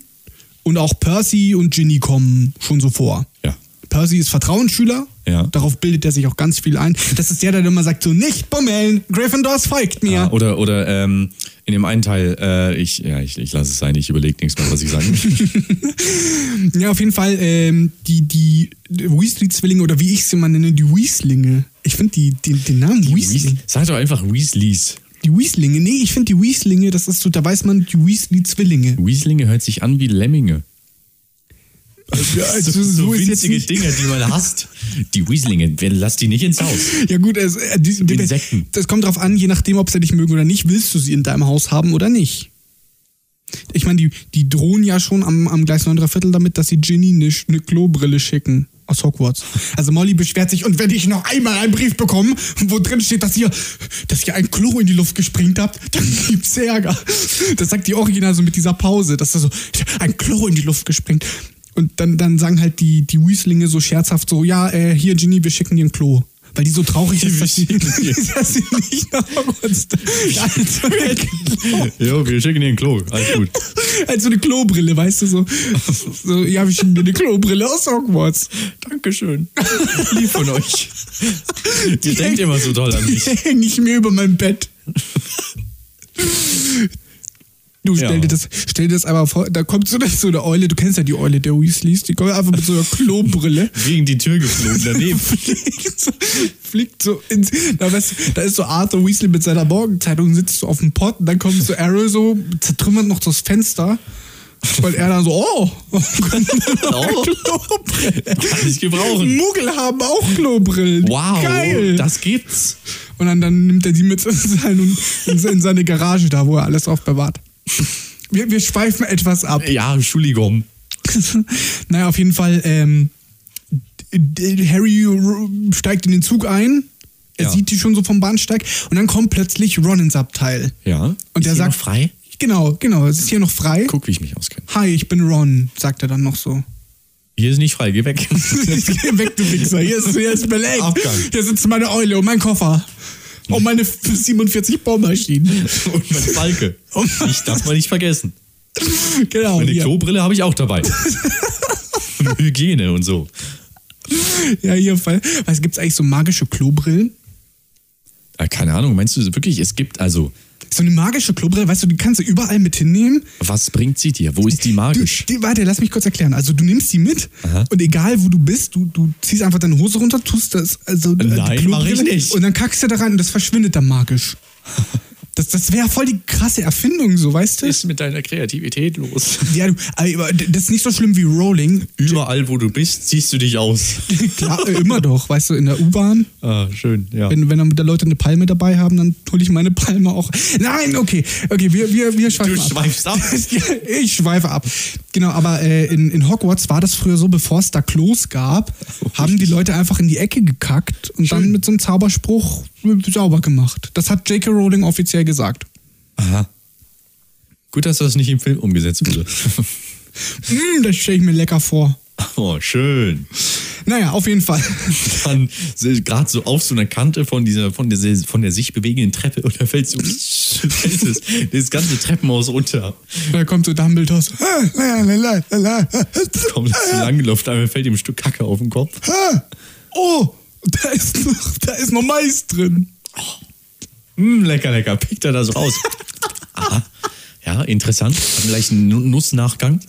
A: Und auch Percy und Ginny kommen schon so vor.
B: Ja.
A: Percy ist Vertrauensschüler.
B: Ja.
A: Darauf bildet er sich auch ganz viel ein. Das ist der, der immer sagt so, nicht bummeln, Gryffindors folgt mir.
B: Ja, Ah, oder oder ähm, in dem einen Teil, äh, ich, ja, ich, ich lasse es sein, ich überlege nichts mehr, was ich sagen will.
A: Ja, auf jeden Fall, ähm, die, die Weasley-Zwillinge oder wie ich sie mal nenne, die Weaslinge. Ich finde die, die, den Namen Weasling.
B: Weas- Sag doch einfach Weasleys.
A: Die Weaslinge, nee, ich finde die Weaslinge, das ist so, da weiß man, die Weasley-Zwillinge.
B: Weaslinge hört sich an wie Lemminge.
A: Ja, also
B: so, so
A: ist jetzt
B: winzige
A: nicht-
B: Dinge, die man hasst. Die Weaslinge, wer- lass die nicht ins Haus.
A: Ja, gut, also, äh, die, die,
B: Insekten.
A: das kommt drauf an, je nachdem, ob sie dich mögen oder nicht, willst du sie in deinem Haus haben oder nicht. Ich meine, die, die drohen ja schon am, am Gleis 9 Viertel damit, dass sie Ginny eine, Sch- eine Klobrille schicken aus Hogwarts. Also Molly beschwert sich und wenn ich noch einmal einen Brief bekomme, wo drin steht, dass ihr, dass ihr ein Klo in die Luft gesprengt habt, dann gibt's Ärger. Das sagt die Original so mit dieser Pause, dass da so ein Klo in die Luft gesprengt. Und dann, dann sagen halt die, die Weaslinge so scherzhaft so, ja, äh, hier Ginny, wir schicken dir ein Klo. Weil die so traurig ist, dass sie, dass sie nicht nach Hogwarts Also, als,
B: Jo, wir schicken dir ein Klo. Alles gut.
A: als so eine Klobrille, weißt du, so, so ja, wir schicken dir eine Klobrille aus Hogwarts.
B: Dankeschön. Lieb von euch. Ihr denkt immer so toll an
A: Die
B: mich.
A: hänge ich mir über mein Bett. Du, stell,
B: Ja.
A: dir das, stell dir das einmal vor, da kommt so eine, so eine Eule, du kennst ja die Eule der Weasleys, die kommt einfach mit so einer Klobrille.
B: Gegen die Tür geflogen daneben.
A: fliegt so, fliegt so ins, da, weißt, du, da ist so Arthur Weasley mit seiner Morgenzeitung, sitzt so auf dem Pott und dann kommt so Arrow so, zertrümmert noch das Fenster. Weil er dann so, oh,
B: Oh.
A: Klobrillen.
B: Kann ich gebrauchen.
A: Muggel haben auch Klobrillen.
B: Wow,
A: Geil.
B: das gibt's.
A: Und dann, dann nimmt er die mit in, seinen, in se- in seine Garage da, wo er alles aufbewahrt. Wir, wir schweifen etwas ab.
B: Ja, Entschuldigung.
A: naja, auf jeden Fall, ähm, d- d- Harry r- steigt in den Zug ein. Er
B: Ja.
A: sieht die schon so vom Bahnsteig. Und dann kommt plötzlich Ron ins Abteil.
B: Ja.
A: Und der
B: hier
A: sagt-
B: noch frei?
A: Genau, genau. Es ist hier noch frei.
B: Guck, wie ich mich auskenne.
A: Hi, ich bin Ron, sagt er dann noch so.
B: Hier ist nicht frei, geh weg.
A: Ich geh Weg, du Wichser. Hier ist, hier ist belegt.
B: Abgang.
A: Hier sitzt meine Eule und mein Koffer. Und meine 47 Baumaschinen.
B: Und meine Falke.
A: Und
B: Ich darf mal nicht vergessen.
A: genau.
B: Meine
A: hier.
B: Klobrille habe ich auch dabei. Und Hygiene und so.
A: Ja, hier Fall. Was gibt's eigentlich so magische Klobrillen?
B: Ah, Keine Ahnung, meinst du wirklich, es gibt also,
A: So eine magische Klobrille, weißt du, die kannst du überall mit hinnehmen.
B: was bringt sie dir? Wo ist die
A: Du,
B: magisch?
A: die, warte, lass mich kurz erklären. Also du nimmst die mit
B: Aha.
A: und egal wo du bist, du, du ziehst einfach deine Hose runter, tust das, also äh,
B: Nein,
A: die
B: mach ich
A: Klobrille
B: nicht.
A: und dann kackst du da rein und das verschwindet dann magisch. Das, das wäre voll die krasse Erfindung, so weißt du?
B: mit deiner Kreativität los?
A: Ja, du, aber das ist nicht so schlimm wie Rolling.
B: Überall, wo du bist, ziehst du dich aus.
A: Klar, äh, immer doch, weißt du, in der U-Bahn.
B: Ah, schön, ja.
A: Wenn, wenn dann da Leute eine Palme dabei haben, dann hole ich meine Palme auch. Nein, okay, okay, wir, wir, wir schweifen
B: Du
A: ab.
B: schweifst ab.
A: Ja, ich schweife ab. Genau, aber äh, in, in Hogwarts war das früher so, bevor es da Klos gab,
B: Oh,
A: haben die Leute einfach in die Ecke gekackt und dann mit so einem Zauberspruch sauber gemacht. Das hat J.K. Rowling offiziell gesagt.
B: Aha. Gut, dass das nicht im Film umgesetzt wurde.
A: Mm, das stelle ich mir lecker vor.
B: oh, schön.
A: Naja, auf jeden Fall.
B: Dann gerade so auf so einer Kante von dieser, von der, von der sich bewegenden Treppe und da fällt so fällt das, das ganze Treppenhaus runter.
A: Da kommt so Dumbledore. so,
B: Kommt zu lang gelaufen, einmal fällt ihm ein Stück Kacke auf den Kopf.
A: Oh, da ist noch, da ist noch Mais drin.
B: Mm, lecker, lecker. Pickt er das raus. Aha. Ja, interessant. Hat gleich einen Nu- Nussnachgang.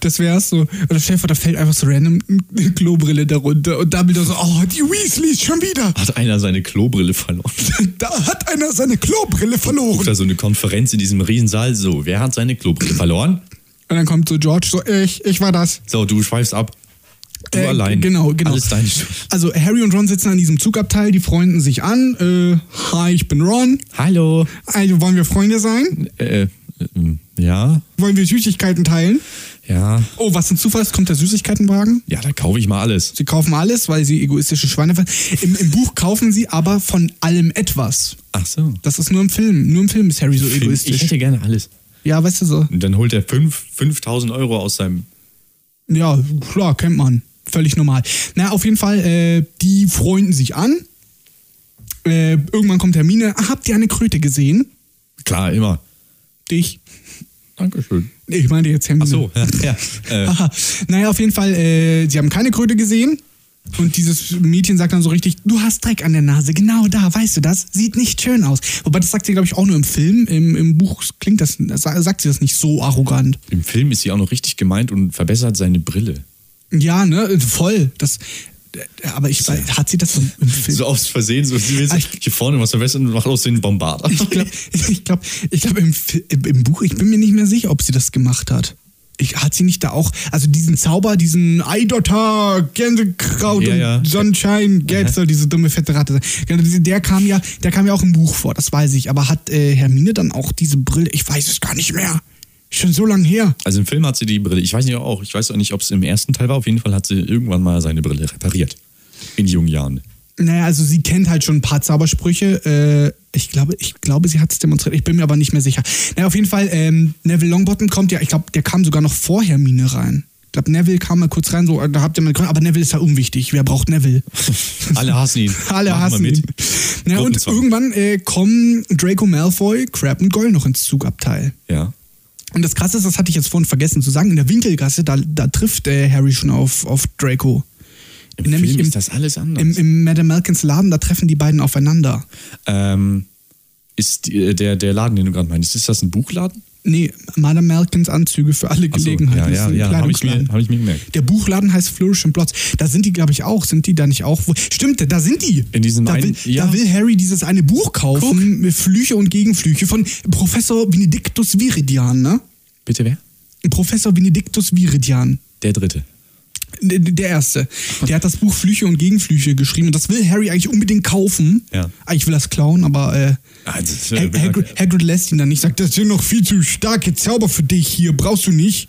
A: Das wär's so. Oder stell dir vor, da fällt einfach so random eine Klobrille darunter und Dumbledore so, oh, die Weasleys schon wieder.
B: Hat einer seine Klobrille verloren.
A: Da hat einer seine Klobrille verloren.
B: Oder so eine Konferenz in diesem Riesensaal. So, wer hat seine Klobrille verloren?
A: Und dann kommt so George so, ich, ich war das.
B: So, du schweifst ab. Du
A: Äh,
B: allein.
A: Genau, genau.
B: Alles deine Schuld.
A: Also Harry und Ron sitzen an diesem Zugabteil, die freunden sich an. Äh, hi, ich bin Ron.
B: Hallo.
A: Also wollen wir Freunde sein?
B: Äh, ähm, ja,
A: Wollen wir Süßigkeiten teilen?
B: ja.
A: Oh, was ein Zufall ist, kommt der Süßigkeitenwagen.
B: Ja, da kaufe ich mal alles.
A: Sie kaufen alles, weil sie egoistische Schweine waren. Im, Im Buch kaufen sie aber von allem etwas.
B: Ach so.
A: Das ist nur im Film. Nur im Film ist Harry so
B: Ich
A: egoistisch.
B: hätte gerne alles.
A: Ja, weißt du so.
B: Und dann holt er fünf- 5000 Euro aus seinem.
A: Ja, klar, kennt man. Völlig normal. Na, auf jeden Fall, äh, die freunden sich an. äh, irgendwann kommt Hermine, ah, habt ihr eine Kröte gesehen?
B: Klar, immer.
A: Dich.
B: Dankeschön.
A: Nee, Ich meine jetzt Hermine.
B: Ach so, ja. ja. Äh,
A: Aha. Naja, auf jeden Fall, äh, sie haben keine Kröte gesehen. Und dieses Mädchen sagt dann so richtig, du hast Dreck an der Nase, genau da, weißt du das? Sieht nicht schön aus. Wobei das sagt sie, glaube ich, auch nur im Film. Im, im Buch klingt das, sa- sagt sie das nicht so arrogant.
B: Im Film ist sie auch noch richtig gemeint und verbessert seine Brille.
A: Ja, ne, voll. Das, äh, aber ich weiß, hat sie das im im Film?
B: So aus Versehen, so sie will so hier vorne was verbessern und macht aus den Bombarder.
A: Ich glaube, ich glaub, ich glaub im, Fi- im, im Buch, ich bin mir nicht mehr sicher, ob sie das gemacht hat. Ich, hat sie nicht da auch, also diesen Zauber, diesen Eidotter, Gänsekraut
B: Ja, ja.
A: und Sunshine, Geld soll diese dumme fette Ratte sein. Genau, diese- Der kam ja, der kam ja auch im Buch vor, das weiß ich. Aber hat äh, Hermine dann auch diese Brille? Ich weiß es gar nicht mehr. Schon so lange her.
B: Also im Film hat sie die Brille. Ich weiß nicht auch, ich weiß auch nicht, ob es im ersten Teil war. Auf jeden Fall hat sie irgendwann mal seine Brille repariert. In jungen Jahren.
A: Naja, also sie kennt halt schon ein paar Zaubersprüche. Äh, ich, glaube, ich glaube, sie hat es demonstriert. Ich bin mir aber nicht mehr sicher. Naja, auf jeden Fall, ähm, Neville Longbottom kommt ja, ich glaube, der kam sogar noch vor Hermine rein. Ich glaube, Neville kam mal kurz rein, so, äh, da habt ihr mal gegründet, aber Neville ist ja unwichtig. Wer braucht Neville?
B: Alle hassen ihn.
A: Alle
B: Machen wir
A: hassen
B: mit.
A: ihn. Naja, und
B: Gruppenzwang.
A: irgendwann äh, kommen Draco Malfoy, Crab und Goyle noch ins Zugabteil.
B: Ja.
A: Und das Krasse ist, das hatte ich jetzt vorhin vergessen zu sagen, in der Winkelgasse, da, da trifft äh, Harry schon auf, auf Draco.
B: Im
A: Nämlich
B: Film
A: im-
B: ist das alles anders.
A: Im, im Madame Malkins Laden, da treffen die beiden aufeinander.
B: ähm, ist die, äh, der, der Laden, den du gerade meinst, ist das ein Buchladen?
A: Nee, Madame Malkins Anzüge für alle
B: Ach so,
A: Gelegenheiten.
B: ja,
A: Das
B: ja,
A: ist ein
B: ja, hab ich mir-
A: Kleidungsladen.
B: hab ich mir gemerkt.
A: Der Buchladen heißt Flourish and Plots. Da sind die, glaube ich, auch. Sind die da nicht auch? Wo, stimmt, da sind die.
B: In diesem
A: da,
B: einen-
A: will,
B: ja.
A: da will Harry dieses eine Buch kaufen mit Flüche und Gegenflüche von Professor Benedictus Viridian, ne?
B: Bitte wer?
A: Professor Benedictus Viridian.
B: Der dritte.
A: Der, der erste. Der hat das Buch Flüche und Gegenflüche geschrieben. Und das will Harry eigentlich unbedingt kaufen.
B: Ja.
A: Eigentlich will er es klauen, aber äh,
B: Also,
A: Hag Hagrid, Hagrid lässt ihn dann nicht, sagt, das sind noch viel zu starke Zauber für dich hier, brauchst du nicht.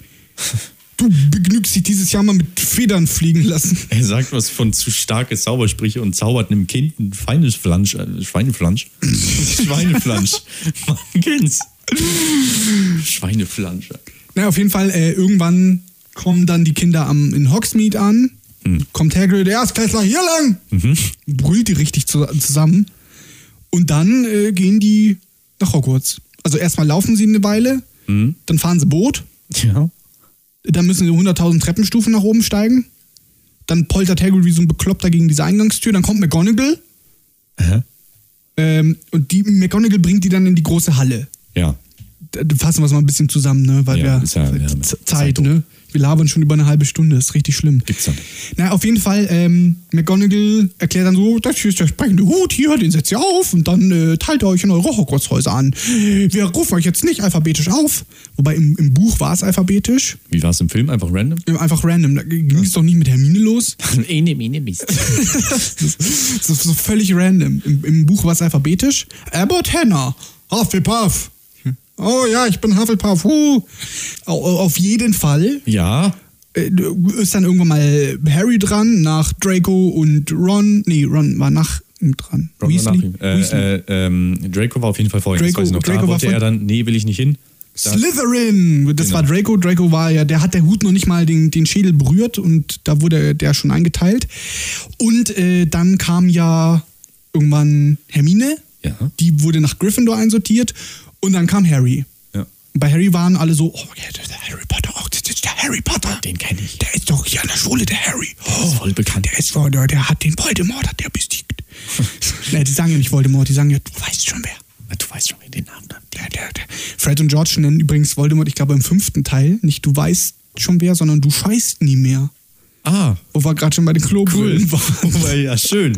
A: Du begnügst dich dieses Jahr mal mit Federn fliegen lassen.
B: Er sagt was von zu starke Zaubersprüche und zaubert einem Kind ein feines Flansch, äh, Schweineflansch. Schweineflansch. Man kennt's. Schweineflansch.
A: Naja, auf jeden Fall, äh, irgendwann kommen dann die Kinder am, in Hogsmeade an, kommt Hagrid, der Erstklässler, hier lang, brüllt die richtig zu, zusammen und dann äh, gehen die nach Hogwarts. Also erstmal laufen sie eine Weile, dann fahren sie Boot,
B: Ja.
A: Dann müssen sie 100.000 Treppenstufen nach oben steigen. Dann poltert Hagrid wie so ein Bekloppter gegen diese Eingangstür. Dann kommt McGonagall.
B: Hä?
A: Ähm, und die McGonagall bringt die dann in die große Halle.
B: Ja.
A: Da da fassen wir es mal ein bisschen zusammen, ne? Weil
B: Ja,
A: wir
B: ist ja- wir haben
A: Z-
B: Zeit,
A: Zeit, ne? Wir labern schon über eine halbe Stunde. Ist richtig schlimm.
B: Gibt's dann.
A: Na, auf jeden Fall, ähm, McGonagall erklärt dann so, das hier ist der sprechende Hut hier, den setzt ihr auf und dann äh, teilt ihr euch in eure Hogwartshäuser an. Wir rufen euch jetzt nicht alphabetisch auf. Wobei im, im Buch war es alphabetisch.
B: Wie war es im Film? Einfach random?
A: Einfach random. Da ging es doch nicht mit Hermine los.
B: Ene, mene, eh Mist.
A: Das ist so völlig random. Im, im Buch war es alphabetisch. Abbott Henner. Hufflepuff. Oh ja, ich bin Hufflepuff. Huh. Au- au- Auf jeden Fall
B: Ja.
A: äh, ist dann irgendwann mal Harry dran, nach Draco und Ron. Nee, Ron war nach ihm dran.
B: Ron war nach ihm.
A: Weasley.
B: Äh, äh, ähm, Draco war auf jeden Fall vorhin. das
A: Draco-
B: weiß ich noch. Da
A: Draco war
B: wollte er
A: vorhin-
B: dann, nee, will ich nicht hin. Da,
A: Slytherin! Das
B: Genau.
A: war Draco. Draco war ja, der hat der Hut noch nicht mal den, den Schädel berührt und da wurde der schon eingeteilt. Und äh, dann kam ja irgendwann Hermine.
B: Ja.
A: Die wurde nach Gryffindor einsortiert und dann kam Harry.
B: ja.
A: Und bei Harry waren alle so, oh, ja, das ist der Harry Potter, oh, das ist der Harry Potter.
B: Ah, Den kenn ich.
A: Der ist doch hier an der Schule, der Harry. Oh,
B: ist voll bekannt.
A: Der ist voll, der, der hat den Voldemort, hat der besiegt. nee, die sagen ja nicht Voldemort, die sagen ja, du weißt schon wer.
B: Ah, Du weißt schon, wer den Namen hat.
A: Der, der, der. Fred und George nennen übrigens Voldemort, ich glaube, im fünften Teil nicht du weißt schon wer, sondern du scheißt nie mehr.
B: Ah,
A: Wo wir gerade schon bei den Klobrillen
B: cool.
A: waren.
B: Wobei, ja, schön.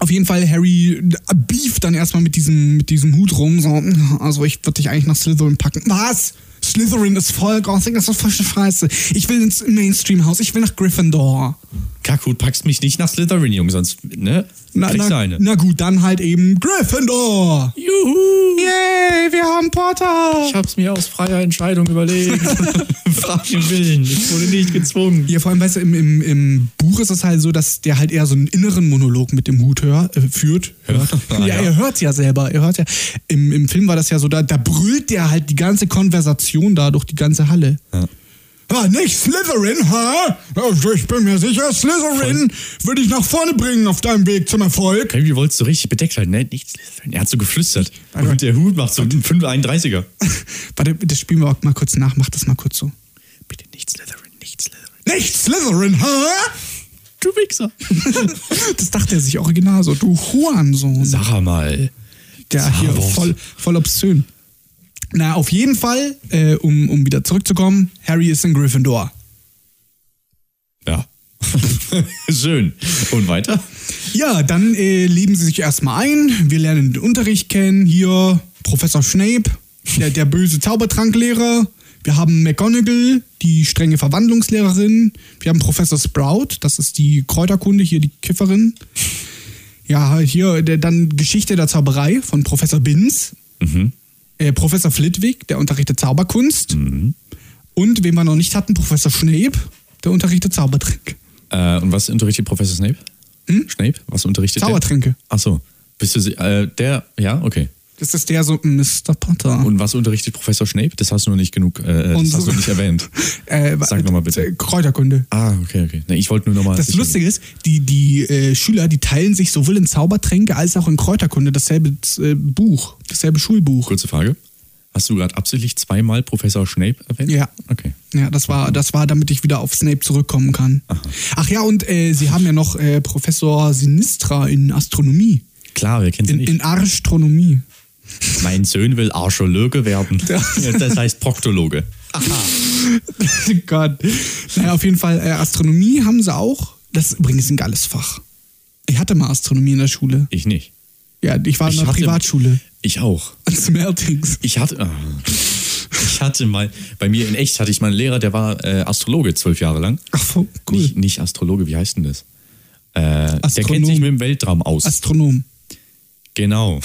A: Auf jeden Fall, Harry äh, beeft dann erstmal mit diesem, mit diesem Hut rum. So, "Mm, also ich würde dich eigentlich nach Slytherin packen. Was? Slytherin ist voll Gothic, das ist voll scheiße. Ich will ins Mainstream-Haus, ich will nach Gryffindor.
B: Kackhut, packst mich nicht nach Slytherin, Junge, sonst, ne?
A: Na,
B: Kriegst du
A: na,
B: eine.
A: na gut, dann halt eben Gryffindor.
B: Juhu!
A: Yay, wir haben Potter.
B: Ich hab's mir aus freier Entscheidung überlegt. Freien Willen. Ich wurde nicht gezwungen.
A: Ja, vor allem, weißt du, im, im, im Buch ist es halt so, dass der halt eher so einen inneren Monolog mit dem Hut hör, äh, führt. Hört.
B: Ah,
A: ja,
B: ja.
A: er hört ja selber. Er hört ja. Im, Im Film war das ja so, da, da brüllt der halt die ganze Konversation da durch die ganze Halle.
B: Ja.
A: Ah, nicht Slytherin, ha? Also ich bin mir sicher, Slytherin würde ich nach vorne bringen auf deinem Weg zum Erfolg.
B: Irgendwie wolltest du richtig bedeckt halten, ne? Nicht Slytherin. Er hat so geflüstert.
A: Warte mal.
B: Und der Hut macht so einen 531er.
A: Warte, das spielen wir auch mal kurz nach. Mach das mal kurz so.
B: Bitte nicht Slytherin, nicht Slytherin.
A: Nicht Slytherin, ha?
B: Du Wichser.
A: Das dachte er sich original so. Du Hurensohn.
B: Sag mal.
A: Der hier
B: Savos.
A: voll, voll obszön. Na, auf jeden Fall, äh, um, um wieder zurückzukommen, Harry ist in Gryffindor.
B: Ja. Schön. Und weiter?
A: Ja, dann äh, leben sie sich erstmal ein. Wir lernen den Unterricht kennen. Hier Professor Snape, der, der böse Zaubertranklehrer. Wir haben McGonagall, die strenge Verwandlungslehrerin. Wir haben Professor Sprout, das ist die Kräuterkunde, hier die Kifferin. Ja, hier der, dann Geschichte der Zauberei von Professor Binz. Äh, Professor Flitwick, der unterrichtet Zauberkunst.
B: Mhm.
A: Und wen wir noch nicht hatten, Professor Snape, der unterrichtet Zaubertrick.
B: Äh, und was unterrichtet Professor Snape? Snape? Was unterrichtet er?
A: Hm? Zaubertränke.
B: Ach so. Bist du si- äh, der? Ja, okay.
A: Das ist der so Mr. Potter.
B: Und was unterrichtet Professor Snape? Das hast du noch nicht genug, äh, das
A: Ah. Und-
B: hast du nicht erwähnt.
A: Äh, wa-
B: Sag noch mal bitte.
A: Kräuterkunde.
B: Ah, okay, okay. Nee, ich wollte nur nochmal.
A: Das Lustige ist, die, die äh, Schüler, die teilen sich sowohl in Zaubertränke als auch in Kräuterkunde dasselbe äh, Buch, dasselbe Schulbuch.
B: Kurze Frage. Hast du gerade absichtlich zweimal Professor Snape erwähnt?
A: Ja.
B: Okay.
A: Ja, das war, das war, damit ich wieder auf Snape zurückkommen kann. Ach ja, und äh, sie haben ja noch äh, Professor Sinistra in Astronomie,
B: Klar, wer kennt sie
A: in,
B: nicht?
A: in Astronomie.
B: mein Sohn will Archäologe werden. das heißt Proktologe.
A: Gott. Naja, auf jeden Fall, äh, Astronomie haben sie auch. Das ist übrigens ein geiles Fach. Ich hatte mal Astronomie in der Schule.
B: Ich nicht.
A: Ja, ich war in
B: Ich
A: einer
B: hatte-
A: Privatschule.
B: Ich auch.
A: Als Meltings.
B: Ich hatte, ah. ich hatte mal, bei mir in echt hatte ich mal einen Lehrer, der war äh, Astrologe zwölf Jahre lang.
A: Ach, cool.
B: Nicht, nicht Astrologe, wie heißt denn das? Äh, der kennt sich
A: Astronom.
B: mit dem Weltraum aus.
A: Astronom.
B: genau.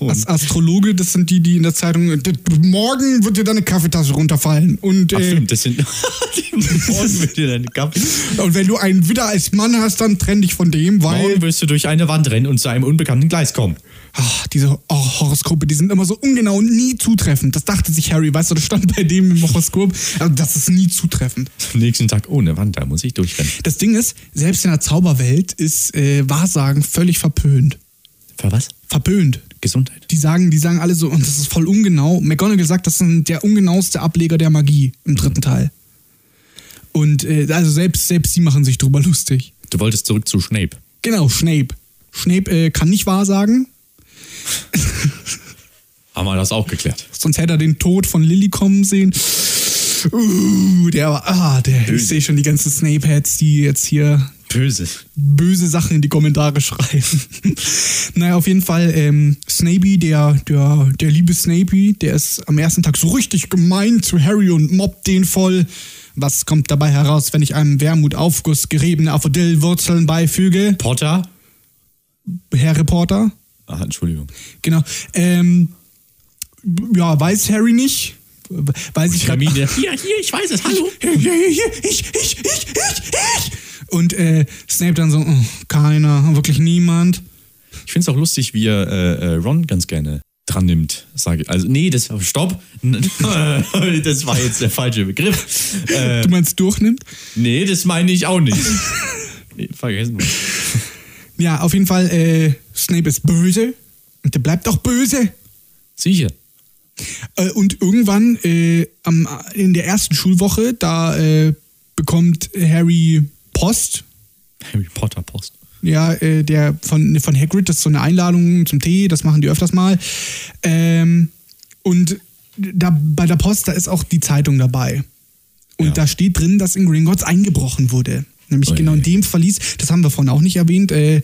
B: Und
A: As Astrologe, das sind die, die in der Zeitung. äh, "D- Morgen wird dir deine Kaffeetasse runterfallen. Und,
B: Ach,
A: äh,
B: stimmt, das sind. die Morgen wird dir deine Kappe-
A: und wenn du einen Widder als Mann hast, dann trenn dich von dem, weil.
B: Morgen wirst du durch eine Wand rennen und zu einem unbekannten Gleis kommen.
A: Ach, diese oh, Horoskope, die sind immer so ungenau und nie zutreffend. Das dachte sich Harry, weißt du, das stand bei dem im Horoskop. Also, das ist nie zutreffend.
B: Am nächsten Tag ohne Wand, da muss ich durchrennen.
A: Das Ding ist, selbst in der Zauberwelt ist äh, Wahrsagen völlig verpönt.
B: Für was?
A: Verpönt.
B: Gesundheit.
A: Die sagen, die sagen alle so, und das ist voll ungenau. McGonagall sagt, das ist der ungenaueste Ableger der Magie im dritten Teil. Und äh, also selbst, selbst die machen sich drüber lustig.
B: Du wolltest zurück zu Snape.
A: Genau, Snape. Snape äh, kann nicht wahr sagen,
B: Haben wir das auch geklärt.
A: sonst hätte er den Tod von Lilly kommen sehen. Uh, der war, ah, der, ich sehe schon die ganzen Snape-Heads, die jetzt hier
B: Böse.
A: böse Sachen in die Kommentare schreiben. naja, auf jeden Fall, ähm, Snapey, der, der, der liebe Snapey, der ist am ersten Tag so richtig gemein zu Harry und mobbt den voll. Was kommt dabei heraus, wenn ich einem Wermutaufguss geriebene Aphrodillwurzeln beifüge?
B: Potter?
A: Herr Reporter?
B: Ah, Entschuldigung.
A: Genau. Ähm, b- ja, weiß Harry nicht. Weiß ich grad-
B: Hermine. Hier, hier, ich weiß es. Hallo.
A: Hier, hier, hier, hier, ich, ich, ich, ich, ich. Und äh, Snape dann so, oh, keiner, wirklich niemand.
B: Ich finde es auch lustig, wie er äh, äh, Ron ganz gerne dran nimmt. Sage ich. Also, nee, das. Stopp. das war jetzt der falsche Begriff. Äh,
A: Du meinst durchnimmt?
B: nee, das meine ich auch nicht. Nee, vergessen wir.
A: Ja, auf jeden Fall, äh, Snape ist böse. Und der bleibt auch böse.
B: Sicher.
A: Äh, und irgendwann äh, am, in der ersten Schulwoche, da äh, bekommt Harry Post.
B: Harry Potter Post.
A: Ja, äh, der von, von Hagrid, das ist so eine Einladung zum Tee, das machen die öfters mal. Ähm, und da, bei der Post, da ist auch die Zeitung dabei. Und
B: Ja.
A: da steht drin, dass in Gringotts eingebrochen wurde. Nämlich
B: Ui.
A: genau in dem Verlies, das haben wir vorhin auch nicht erwähnt, äh,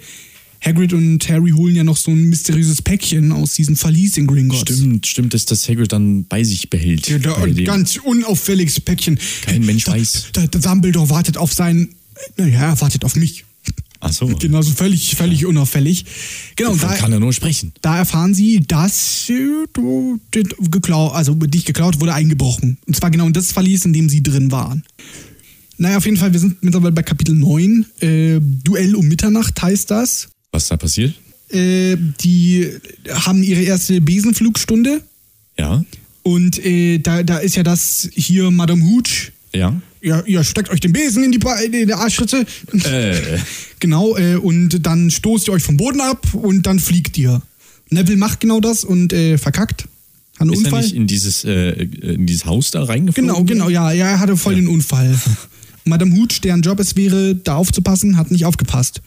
A: Hagrid und Harry holen ja noch so ein mysteriöses Päckchen aus diesem Verlies in Gringotts.
B: Stimmt, stimmt, dass das Hagrid dann bei sich behält.
A: Ja, da,
B: Bei
A: ein
B: dem-
A: ganz unauffälliges Päckchen.
B: Kein Mensch
A: da,
B: weiß.
A: Da, da, Dumbledore wartet auf seinen, naja, er wartet auf mich.
B: Ach so.
A: Genau, so völlig, völlig unauffällig. Genau, und
B: Davon
A: da,
B: kann er nur sprechen.
A: da erfahren sie, dass äh, du- dit- geklaut, also dich geklaut wurde, eingebrochen. Und zwar genau in das Verlies, in dem sie drin waren. Naja, auf jeden Fall, wir sind mittlerweile bei Kapitel 9. Äh, Duell um Mitternacht heißt das.
B: Was da passiert?
A: Äh, die haben ihre erste Besenflugstunde.
B: Ja.
A: Und äh, da, da ist ja das hier Madame Hooch,
B: Ja.
A: Ja, ihr steckt euch den Besen in die, Be in die Arschritte.
B: Äh.
A: Genau, äh, und dann stoßt ihr euch vom Boden ab und dann fliegt ihr. Neville macht genau das und äh, verkackt. Hat einen
B: Ist er
A: Unfall.
B: nicht in dieses, äh, in dieses Haus da reingeflogen?
A: Genau, genau, ja, ja, er hatte voll den Unfall. Madame Hooch, deren Job es wäre, da aufzupassen, hat nicht aufgepasst.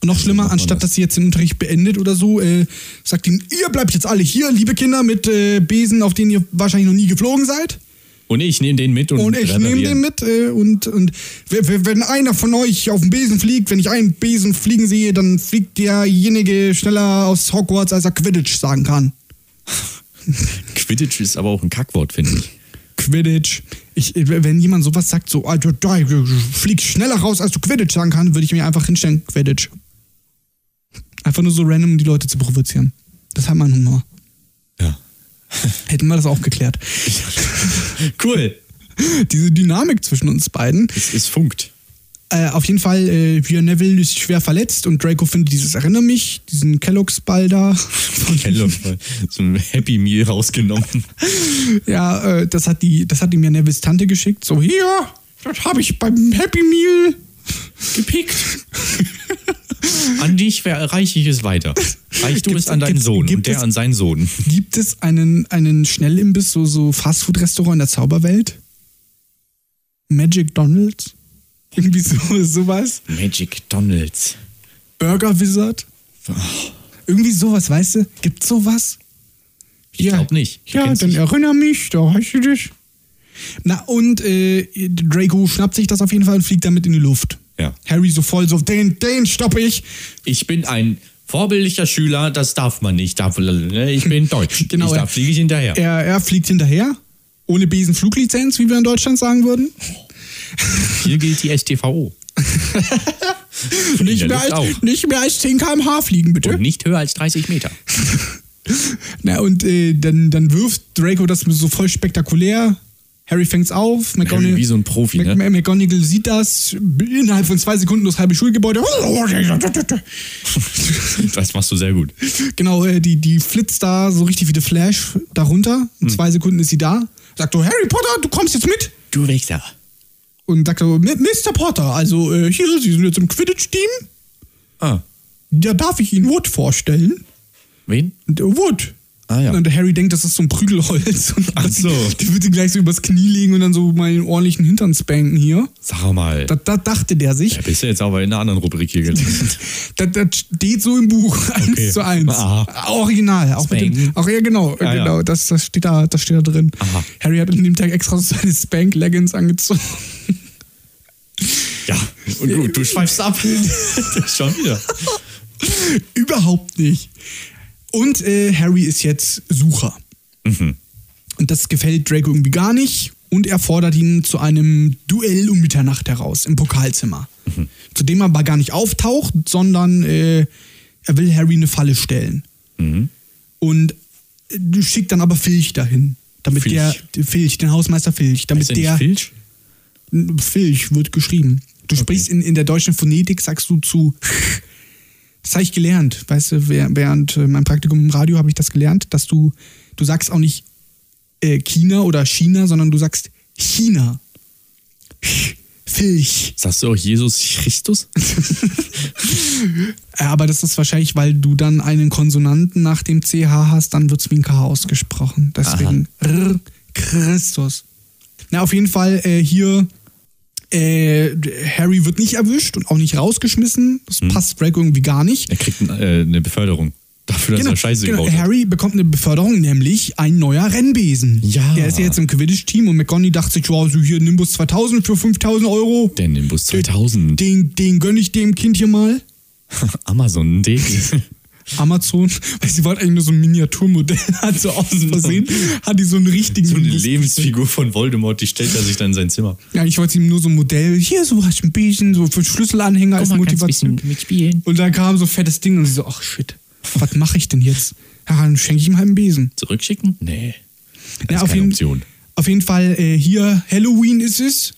A: Und noch schlimmer,
B: macht man
A: anstatt
B: das?
A: dass sie jetzt den Unterricht beendet oder so, äh, sagt ihm, ihr bleibt jetzt alle hier, liebe Kinder, mit äh, Besen, auf denen ihr wahrscheinlich noch nie geflogen seid.
B: Und Oh ich nehme den mit und,
A: Und ich nehme den mit äh, und, und w- w- wenn einer von euch auf den Besen fliegt, wenn ich einen Besen fliegen sehe, dann fliegt derjenige schneller aus Hogwarts, als er Quidditch sagen kann.
B: Quidditch ist aber auch ein Kackwort, finde ich.
A: Quidditch. Ich, äh, wenn jemand sowas sagt, so, ah, du, du, du fliegst schneller raus, als du Quidditch sagen kann, würde ich mir einfach hinstellen, Quidditch. Einfach nur so random, um die Leute zu provozieren. Das hat mein Humor.
B: Ja.
A: Hätten wir das auch geklärt.
B: Cool.
A: Diese Dynamik zwischen uns beiden.
B: Es, es funkt.
A: Äh, auf jeden Fall, äh, Pierre Neville ist schwer verletzt und Draco findet dieses, erinnere mich, diesen Kellogg's-Ball da.
B: Hello. So ein Happy Meal rausgenommen.
A: Ja, äh, das hat die, das hat ihm ja Nevis Tante geschickt. So, hier, das habe ich beim Happy Meal.
B: Gepickt. An dich wer- reiche ich es weiter. Reich du
A: Gibt-
B: es an deinen
A: gibt-
B: Sohn
A: gibt
B: und der
A: es-
B: an seinen Sohn.
A: Gibt es einen, einen Schnellimbiss, so, so Fastfood-Restaurant in der Zauberwelt? Magic Donalds? Irgendwie so, sowas?
B: Magic Donalds.
A: Burger Wizard? Irgendwie sowas, weißt du? Gibt's sowas?
B: Ich glaub nicht. Du
A: Ja,
B: kennst
A: dann
B: dich.
A: erinnere mich, da hast du dich. Na und äh, Draco schnappt sich das auf jeden Fall und fliegt damit in die Luft.
B: Ja.
A: Harry so voll so, den, den stoppe ich.
B: Ich bin ein vorbildlicher Schüler, das darf man nicht. Darf, ne? ich bin deutsch.
A: Genau,
B: ich,
A: ja.
B: da fliege ich hinterher.
A: Er, er fliegt hinterher, ohne Besenfluglizenz, wie wir in Deutschland sagen würden.
B: Hier gilt die STVO.
A: Nicht
B: der
A: mehr,
B: Luft
A: als,
B: auch.
A: nicht mehr als 10 km/h fliegen, bitte.
B: Und nicht höher als 30 Meter.
A: Na, und äh, dann, dann wirft Draco das so voll spektakulär. Harry fängt's auf. McGonagall,
B: Harry wie so ein Profi,
A: Mac-
B: ne?
A: McGonagall sieht das innerhalb von zwei Sekunden das halbe Schulgebäude.
B: Das machst du sehr gut.
A: genau, äh, die, die flitzt da so richtig wie der Flash darunter. In
B: Hm.
A: zwei Sekunden ist sie da. Sagt so, Harry Potter, du kommst jetzt mit.
B: Du Wichser.
A: Und sagt so, "Mi- Mr. Potter, also äh, hier, Sie sind jetzt im Quidditch-Team.
B: Ah,
A: Da darf ich Ihnen Wood vorstellen.
B: wen?
A: Und, äh, Wood.
B: Ah, ja.
A: Und Harry denkt, das ist so ein Prügelholz. Und
B: Ach so.
A: Die wird sie gleich so übers Knie legen und dann so meinen ordentlichen Hintern spanken hier.
B: Sag mal.
A: Das, das dachte der sich.
B: Ja, bist du jetzt aber in einer anderen Rubrik hier gelandet.
A: Das, das steht so im Buch, eins zu eins.
B: Aha.
A: Original. Auch, mit dem,
B: Spanken.
A: auch ja, genau.
B: Ja, ja.
A: genau Das, das, steht da, das steht da drin.
B: Aha.
A: Harry hat an dem Tag extra so seine Spank-Leggings angezogen.
B: ja, und gut, du schweifst ab. Schon wieder.
A: Überhaupt nicht. Und äh, Harry ist jetzt Sucher.
B: Mhm.
A: Und das gefällt Draco irgendwie gar nicht. Und er fordert ihn zu einem Duell um Mitternacht heraus im Pokalzimmer.
B: Mhm.
A: Zu dem er aber gar nicht auftaucht, sondern äh, er will Harry eine Falle stellen.
B: Mhm.
A: Und äh, schickt dann aber Filch dahin. Damit
B: Filch.
A: der, Filch, den Hausmeister Filch, damit
B: Ist der
A: der.
B: nicht Filch?
A: Filch wird geschrieben. Du sprichst in, in der deutschen Phonetik, sagst du zu. Das habe ich gelernt. Weißt du, während, während äh, meinem Praktikum im Radio habe ich das gelernt, dass du, du sagst auch nicht äh, China oder China, sondern du sagst China. Filch.
B: Sagst du auch Jesus Christus?
A: Äh, Aber das ist wahrscheinlich, weil du dann einen Konsonanten nach dem CH hast, dann wird es wie ein K ausgesprochen. Deswegen R Christus. Na, auf jeden Fall äh, hier, äh, Harry wird nicht erwischt und auch nicht rausgeschmissen. Das
B: Hm.
A: passt Draco irgendwie gar nicht.
B: Er kriegt ein, äh, eine Beförderung. Dafür, dass er Scheiße
A: genau.
B: gebaut hat.
A: Harry bekommt eine Beförderung, nämlich ein neuer Rennbesen.
B: Ja.
A: Er ist ja jetzt im Quidditch-Team und McGonagall dachte sich, wow, so hier Nimbus 2000 für 5000 Euro.
B: Der Nimbus 2000.
A: Den, den gönne ich dem Kind hier mal.
B: Amazon D.
A: Amazon, weil sie wollte eigentlich nur so ein Miniaturmodell, hat so aus Versehen, hat die so einen richtigen.
B: So eine Lebensfigur von Voldemort, die stellt er sich dann in sein Zimmer.
A: ja, ich wollte ihm nur so ein Modell, hier so hast du ein bisschen, so für Schlüsselanhänger als Motivation.
B: mitspielen.
A: Und dann kam so fettes Ding und sie so, ach shit, was mache ich denn jetzt? Ja, dann schenke ich ihm halt einen Besen.
B: Zurückschicken? Nee. Das
A: Ja,
B: ist
A: auf
B: keine
A: jeden-
B: Option.
A: Auf jeden Fall, äh, hier Halloween ist es.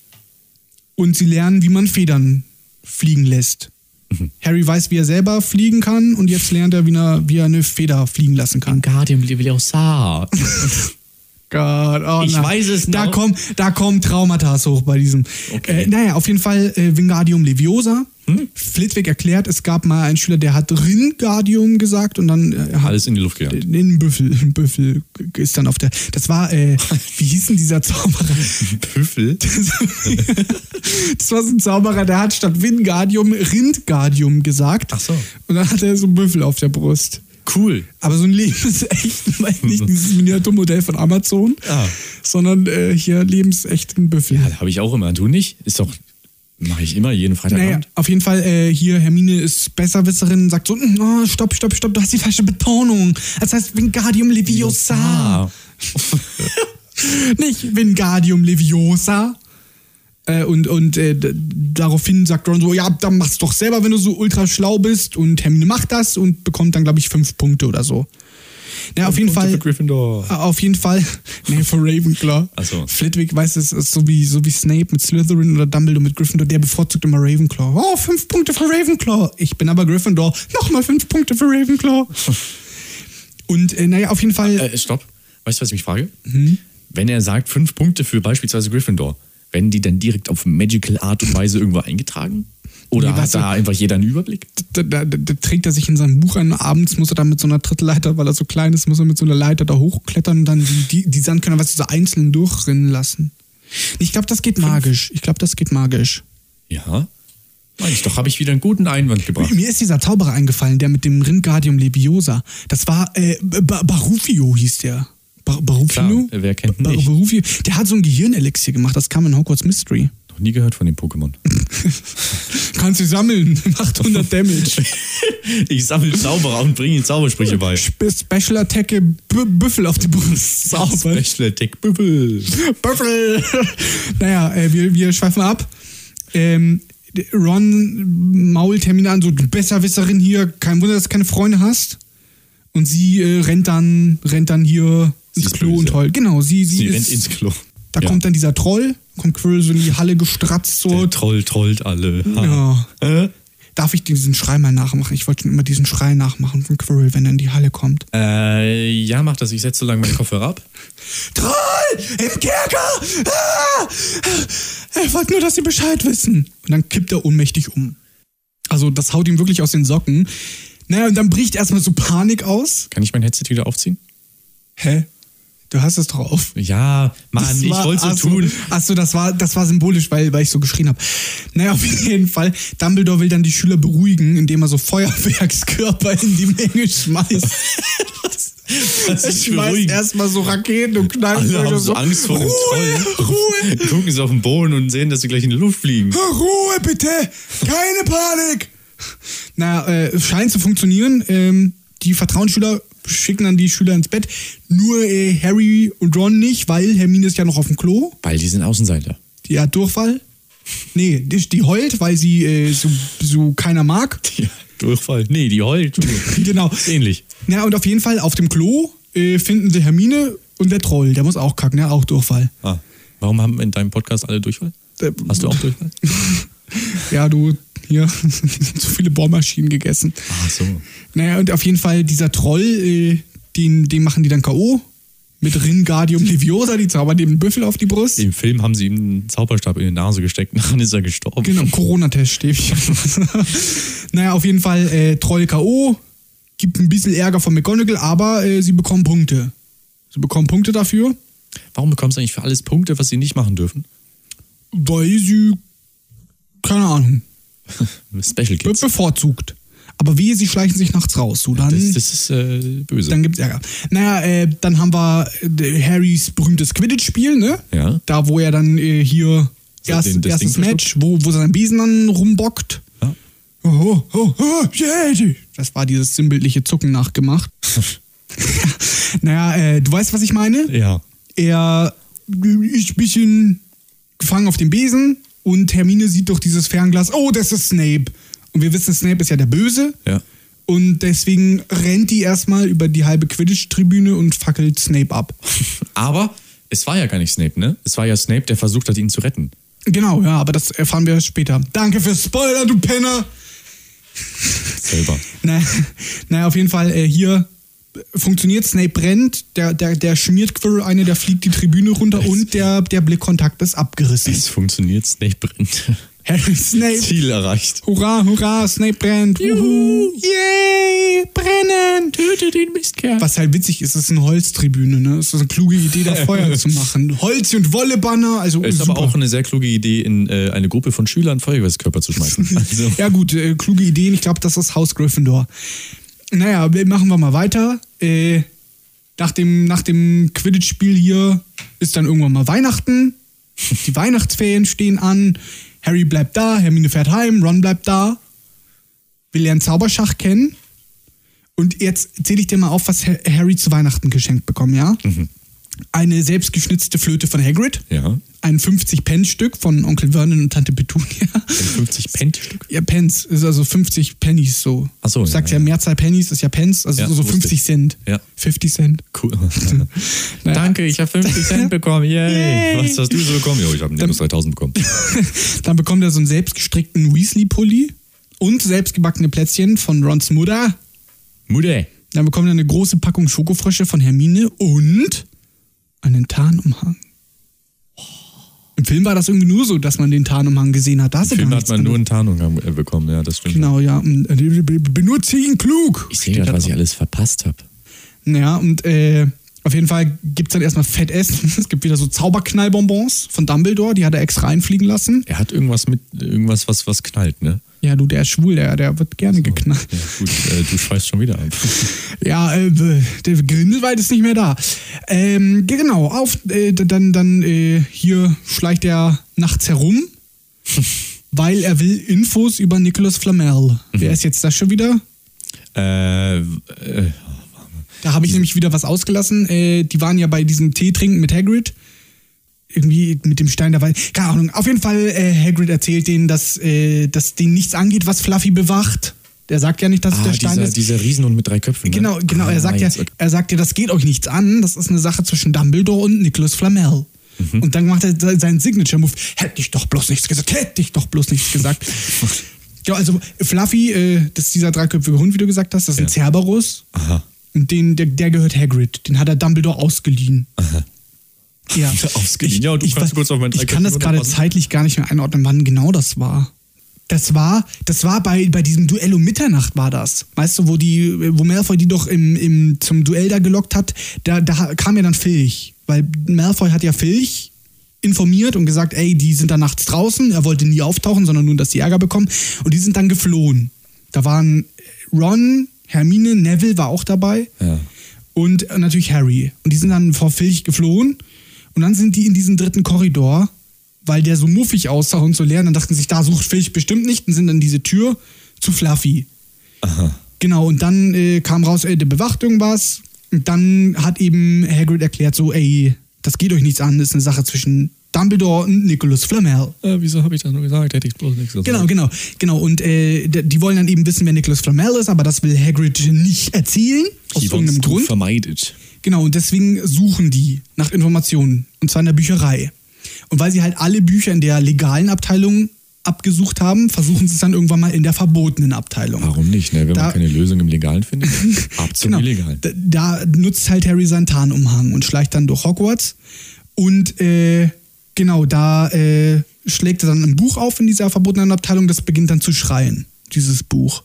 A: Und sie lernen, wie man Federn fliegen lässt.
B: Mhm.
A: Harry weiß, wie er selber fliegen kann und jetzt lernt er, wie er, wie er eine Feder fliegen lassen kann.
B: Guardian Leviosa.
A: Gott, oh
B: Ich
A: nein.
B: weiß es
A: da
B: noch.
A: komm, Da kommen Traumata hoch bei diesem.
B: Okay. Hm?
A: Äh, naja, auf jeden Fall äh, Wingardium Leviosa. Flitwick erklärt, es gab mal einen Schüler, der hat Ringardium gesagt und dann äh, hat
B: Alles in die Luft gegangen.
A: den Büffel, Büffel ist dann auf der. Das war, äh, wie hieß denn dieser Zauberer?
B: Büffel?
A: Das war so ein Zauberer, der hat statt Wingardium Rindgardium gesagt.
B: Ach so.
A: Und dann hatte er so einen Büffel auf der Brust.
B: Cool.
A: Aber so ein lebensechten, weil nicht dieses Miniaturmodell von Amazon,
B: Ah.
A: sondern äh, hier lebensechten Büffel.
B: Ja, habe ich auch immer. Du nicht? Ist doch. Mache ich immer jeden
A: Naja,
B: Freitagabend.
A: auf jeden Fall, äh, hier Hermine ist Besserwisserin, sagt so, "Mm, oh, stopp, stopp, stopp, du hast die falsche Betonung. Das heißt Wingardium Leviosa.
B: Ah.
A: Nicht Wingardium Leviosa. Äh, und und äh, d- daraufhin sagt Ron so, ja, dann mach's doch selber, wenn du so ultra schlau bist. Und Hermine macht das und bekommt dann, glaube ich, fünf Punkte oder so. Naja, auf jeden
B: Punkte
A: Fall.
B: für Gryffindor.
A: Ah, Auf jeden Fall. Nee, für Ravenclaw.
B: Ach so.
A: Flitwick weiß es, ist so wie, so wie Snape mit Slytherin oder Dumbledore mit Gryffindor, der bevorzugt immer Ravenclaw. Oh, fünf Punkte für Ravenclaw. Ich bin aber Gryffindor. Nochmal fünf Punkte für Ravenclaw. Und äh, naja, auf jeden Fall.
B: Äh, stopp. Weißt du, was ich mich frage?
A: Mhm.
B: Wenn er sagt, fünf Punkte für beispielsweise Gryffindor, werden die dann direkt auf Magical Art und Weise irgendwo eingetragen? Oder
A: Nee, was
B: hat da einfach jeder einen Überblick?
A: da, da, da trägt er sich in seinem Buch ein. Abends muss er dann mit so einer Trittleiter, weil er so klein ist, muss er mit so einer Leiter da hochklettern und dann die, die, die Sandkörner was so einzeln durchrinnen lassen. Ich glaube, das geht magisch. Ich glaube, das geht magisch.
B: Ja. Meine ich doch, habe ich wieder einen guten Einwand gebracht.
A: Mir ist dieser Zauberer eingefallen, der mit dem Ringardium Leviosa. Das war äh, ba Barufio hieß der. Ba Barufio?
B: Klar, wer kennt ihn
A: Ba
B: nicht?
A: Barufio. Der hat so ein Gehirnelixier gemacht, das kam in Hogwarts Mystery.
B: Noch nie gehört von dem Pokémon.
A: Kannst du sammeln, macht 100 Damage.
B: ich sammle Zauberer und bringe ihnen Zaubersprüche bei.
A: Spe- Special Attacke B Büffel auf die Brust. Sauber.
B: Special Attack Büffel.
A: Büffel. naja, äh, wir, wir schweifen ab. Ähm, Ron mault Hermine an, so du Besserwisserin hier, kein Wunder, dass du keine Freunde hast. Und sie äh, rennt dann, rennt dann hier
B: Sie
A: ins
B: ist
A: Klo
B: böse.
A: und heult. Genau, sie, sie,
B: Sie
A: ist,
B: rennt ins Klo.
A: Da
B: Ja.
A: kommt dann dieser Troll, kommt Quirrell so in die Halle gestratzt so.
B: Der Troll trollt alle.
A: Oh, Ja.
B: Äh?
A: Darf ich diesen Schrei mal nachmachen? Ich wollte schon immer diesen Schrei nachmachen von Quirrell, wenn er in die Halle kommt.
B: Äh, ja, mach das. Ich setze so lange meinen Kopfhörer ab.
A: Troll! Im Kerker! Ah! Er wollte nur, dass sie Bescheid wissen. Und dann kippt er ohnmächtig um. Also, das haut ihm wirklich aus den Socken. Naja, und dann bricht erstmal so Panik aus.
B: Kann ich mein Headset wieder aufziehen?
A: Hä? Du hast es drauf.
B: Ja, Mann,
A: Das
B: ich
A: war-
B: wollte
A: ach
B: so tun.
A: Ach so, das war, das war symbolisch, weil, weil ich so geschrien habe. Naja, auf jeden Fall. Dumbledore will dann die Schüler beruhigen, indem er so Feuerwerkskörper in die Menge schmeißt.
B: Das
A: Er
B: ist
A: schmeißt
B: beruhigend.
A: erstmal so Raketen und Knallfeuer.
B: Alle haben so
A: so
B: Angst vor dem
A: Ruhe,
B: Troll.
A: Ruhe,
B: Gucken sie auf den Boden und sehen, dass sie gleich in die Luft fliegen.
A: Ruhe bitte! Keine Panik! Na, äh, scheint zu funktionieren. Ähm, die Vertrauensschüler schicken dann die Schüler ins Bett. Nur äh, Harry und Ron nicht, weil Hermine ist ja noch auf dem Klo.
B: Weil die sind Außenseiter.
A: Die hat Durchfall. Nee, die, die heult, weil sie äh, so, so keiner mag.
B: Ja, Durchfall. Nee, die heult.
A: Genau.
B: Ähnlich.
A: Ja, und auf jeden Fall auf dem Klo äh, finden sie Hermine und der Troll. Der muss auch kacken, der hat auch Durchfall.
B: Ah, warum haben in deinem Podcast alle Durchfall?
A: Äh,
B: Hast du auch Durchfall?
A: Ja, du, hier, zu viele Bohrmaschinen gegessen.
B: Ach so.
A: Naja, und auf jeden Fall dieser Troll, äh, den, den machen die dann K.O. Mit Ringardium Leviosa, die zaubern dem einen Büffel auf die Brust.
B: Im Film haben sie ihm einen Zauberstab in die Nase gesteckt und dann ist er gestorben.
A: Genau, Corona-Teststäbchen. naja, auf jeden Fall äh, Troll K.O. Gibt ein bisschen Ärger von McGonagall, aber äh, sie bekommen Punkte. Sie bekommen Punkte dafür,
B: Warum bekommst du eigentlich für alles Punkte, was sie nicht machen dürfen?
A: weil sie, keine Ahnung, be
B: Special Kids.
A: bevorzugt. Aber wehe, sie schleichen sich nachts raus. So, dann,
B: Das, das ist äh, böse.
A: dann gibt's Ärger. Naja, äh, dann haben wir äh, Harrys berühmtes Quidditch-Spiel, ne?
B: Ja.
A: Da, wo er dann äh, hier
B: er
A: erst,
B: den- das
A: erstes
B: Ding
A: Match, wo, wo sein Besen dann rumbockt.
B: ja.
A: Oh, oh, oh, yeah. Das war dieses sinnbildliche Zucken nachgemacht. naja, äh, du weißt, was ich meine?
B: ja.
A: Er ist ein bisschen gefangen auf dem Besen und Hermine sieht durch dieses Fernglas, oh, das ist Snape. Und wir wissen, Snape ist ja der Böse.
B: Ja.
A: Und deswegen rennt die erstmal über die halbe Quidditch-Tribüne und fackelt Snape ab.
B: Aber es war ja gar nicht Snape, ne? Es war ja Snape, der versucht hat, ihn zu retten.
A: Genau, ja, aber das erfahren wir später. Danke fürs Spoiler, du Penner!
B: Selber.
A: Na, naja, auf jeden Fall äh, hier funktioniert, Snape brennt, der, der, der schmiert Quirrell eine, der fliegt die Tribüne runter und der, der Blickkontakt ist abgerissen.
B: Es funktioniert, Snape brennt.
A: Harry Snape.
B: Ziel erreicht.
A: Hurra, hurra, Snape brennt. Juhu. Yay, brennen.
B: Töte den Mistkerl.
A: Was halt witzig ist, es ist eine Holztribüne, ne? Es ist eine kluge Idee, da Feuer zu machen. Holz- und Wolle-Banner, also
B: Ist
A: super.
B: aber auch eine sehr kluge Idee, in äh, eine Gruppe von Schülern Feuerwehrskörper zu schmeißen. Also,
A: Ja gut, äh, kluge Ideen. Ich glaube, das ist Haus Gryffindor. Naja, wir- machen wir mal weiter. Äh, nach dem, nach dem Quidditch-Spiel hier ist dann irgendwann mal Weihnachten. Die Weihnachtsferien stehen an. Harry bleibt da, Hermine fährt heim, Ron bleibt da. Wir lernen Zauberschach kennen. Und jetzt zähle ich dir mal auf, was Ha- Harry zu Weihnachten geschenkt bekommen, ja? Eine selbstgeschnitzte Flöte von Hagrid.
B: Mhm. ja.
A: Ein 50-Pence-Stück von Onkel Vernon und Tante Petunia.
B: Ein 50 Pent-Stück.
A: Ja, Pence ist also 50 Pennies so.
B: Ach so,
A: du
B: ja,
A: sagst ja,
B: ja.
A: Mehrzahl Pennies ist ja Pence, also
B: Ja,
A: so
B: wusste
A: 50
B: ich.
A: Cent.
B: Ja.
A: 50 Cent.
B: Cool.
A: Naja.
B: Danke, ich habe 50 Cent bekommen. Yay.
A: Yay.
B: Was hast du so bekommen? Jo, ich habe minus 3000 bekommen.
A: Dann bekommt er so einen selbstgestrickten Weasley-Pulli und selbstgebackene Plätzchen von Rons Mutter.
B: Mude.
A: Dann bekommt er eine große Packung Schokofrösche von Hermine und einen Tarnumhang. Im Film war das irgendwie nur so, dass man den Tarnumhang gesehen hat. Da hast du
B: Film
A: gar
B: hat
A: nichts
B: man nur
A: anderes.
B: in Tarnung haben- äh, bekommen, ja, das stimmt.
A: Genau, ja. Und, äh, Benutze ihn klug.
B: Ich sehe gerade, was ich alles verpasst habe.
A: Ja, und äh, auf jeden Fall gibt es dann erstmal Fettessen. Es gibt wieder so Zauberknallbonbons von Dumbledore, die hat er extra einfliegen lassen.
B: Er hat irgendwas mit, irgendwas, was, was knallt, ne?
A: Ja, du, der ist schwul, der, der wird gerne geknallt.
B: Ja, gut, äh, du schweißt schon wieder ab.
A: Ja, äh, der Grindelwald ist nicht mehr da. Ähm, genau, auf, äh, dann, dann äh, hier schleicht er nachts herum, weil er will Infos über Nicolas Flamel. Wer ist jetzt das schon wieder?
B: äh, äh,
A: Da habe ich nämlich wieder was ausgelassen. Äh, die waren ja bei diesem Tee trinken mit Hagrid. Irgendwie mit dem Stein dabei. Keine Ahnung. Auf jeden Fall, äh, Hagrid erzählt denen, dass, äh, dass denen nichts angeht, was Fluffy bewacht. Der sagt ja nicht, dass es
B: ah,
A: der Stein
B: dieser,
A: ist.
B: dieser Riesenhund mit drei Köpfen. ne?
A: genau, genau.
B: Ah,
A: Er sagt ja,
B: jetzt, okay.
A: er sagt ja, das geht euch nichts an. Das ist eine Sache zwischen Dumbledore und Nicholas Flamel.
B: Mhm.
A: Und dann macht er se- seinen Signature-Move. Hätte ich doch bloß nichts gesagt. Hätte ich doch bloß nichts gesagt. ja, also Fluffy, äh, das ist dieser dreiköpfige Hund, wie du gesagt hast. Das ist ein Cerberus.
B: Aha.
A: Und den, der, der gehört Hagrid. Den hat er Dumbledore ausgeliehen. Ja.
B: Ausgeliehen. Ja, du kannst
A: weiß-
B: kurz auf meinen
A: Ich kann das
B: Dreiköpfigen
A: gerade
B: runterpassen.
A: zeitlich gar nicht mehr einordnen, wann genau das war. Das war, das war bei, bei diesem Duell um Mitternacht war das. Weißt du, wo die, wo Malfoy die doch im, im, zum Duell da gelockt hat, da, da kam ja dann Filch. Weil Malfoy hat ja Filch informiert und gesagt, ey, die sind da nachts draußen. Er wollte nie auftauchen, sondern nur, dass die Ärger bekommen. Und die sind dann geflohen. Da waren Ron, Hermine, Neville war auch dabei
B: Ja.
A: und äh, natürlich Harry. Und die sind dann vor Filch geflohen. Und dann sind die in diesen dritten Korridor, weil der so muffig aussah und so leer. Und dann dachten sie sich, da sucht Filch bestimmt nicht. Und sind dann diese Tür zu Fluffy.
B: Aha.
A: Genau, und dann äh, kam raus, äh, der bewacht irgendwas. Und dann hat eben Hagrid erklärt, so, ey, das geht euch nichts an. Das ist eine Sache zwischen Dumbledore und Nicholas Flamel.
B: Äh, wieso habe ich das nur gesagt? Hätte ich bloß nichts gesagt.
A: Genau, genau, genau. Und äh, d- die wollen dann eben wissen, wer Nicholas Flamel ist, aber das will Hagrid nicht erzählen. Aus
B: Die
A: irgendeinem Grund.
B: vermeidet.
A: Genau, und deswegen suchen die nach Informationen. Und zwar in der Bücherei. Und weil sie halt alle Bücher in der legalen Abteilung abgesucht haben, versuchen sie es dann irgendwann mal in der verbotenen Abteilung.
B: Warum nicht, ne? Wenn
A: Da-
B: man keine Lösung im Legalen findet, ab zum
A: Genau.
B: Illegalen.
A: Da, da nutzt halt Harry seinen Tarnumhang und schleicht dann durch Hogwarts. Und äh, genau, da äh, schlägt er dann ein Buch auf in dieser verbotenen Abteilung. Das beginnt dann zu schreien, dieses Buch.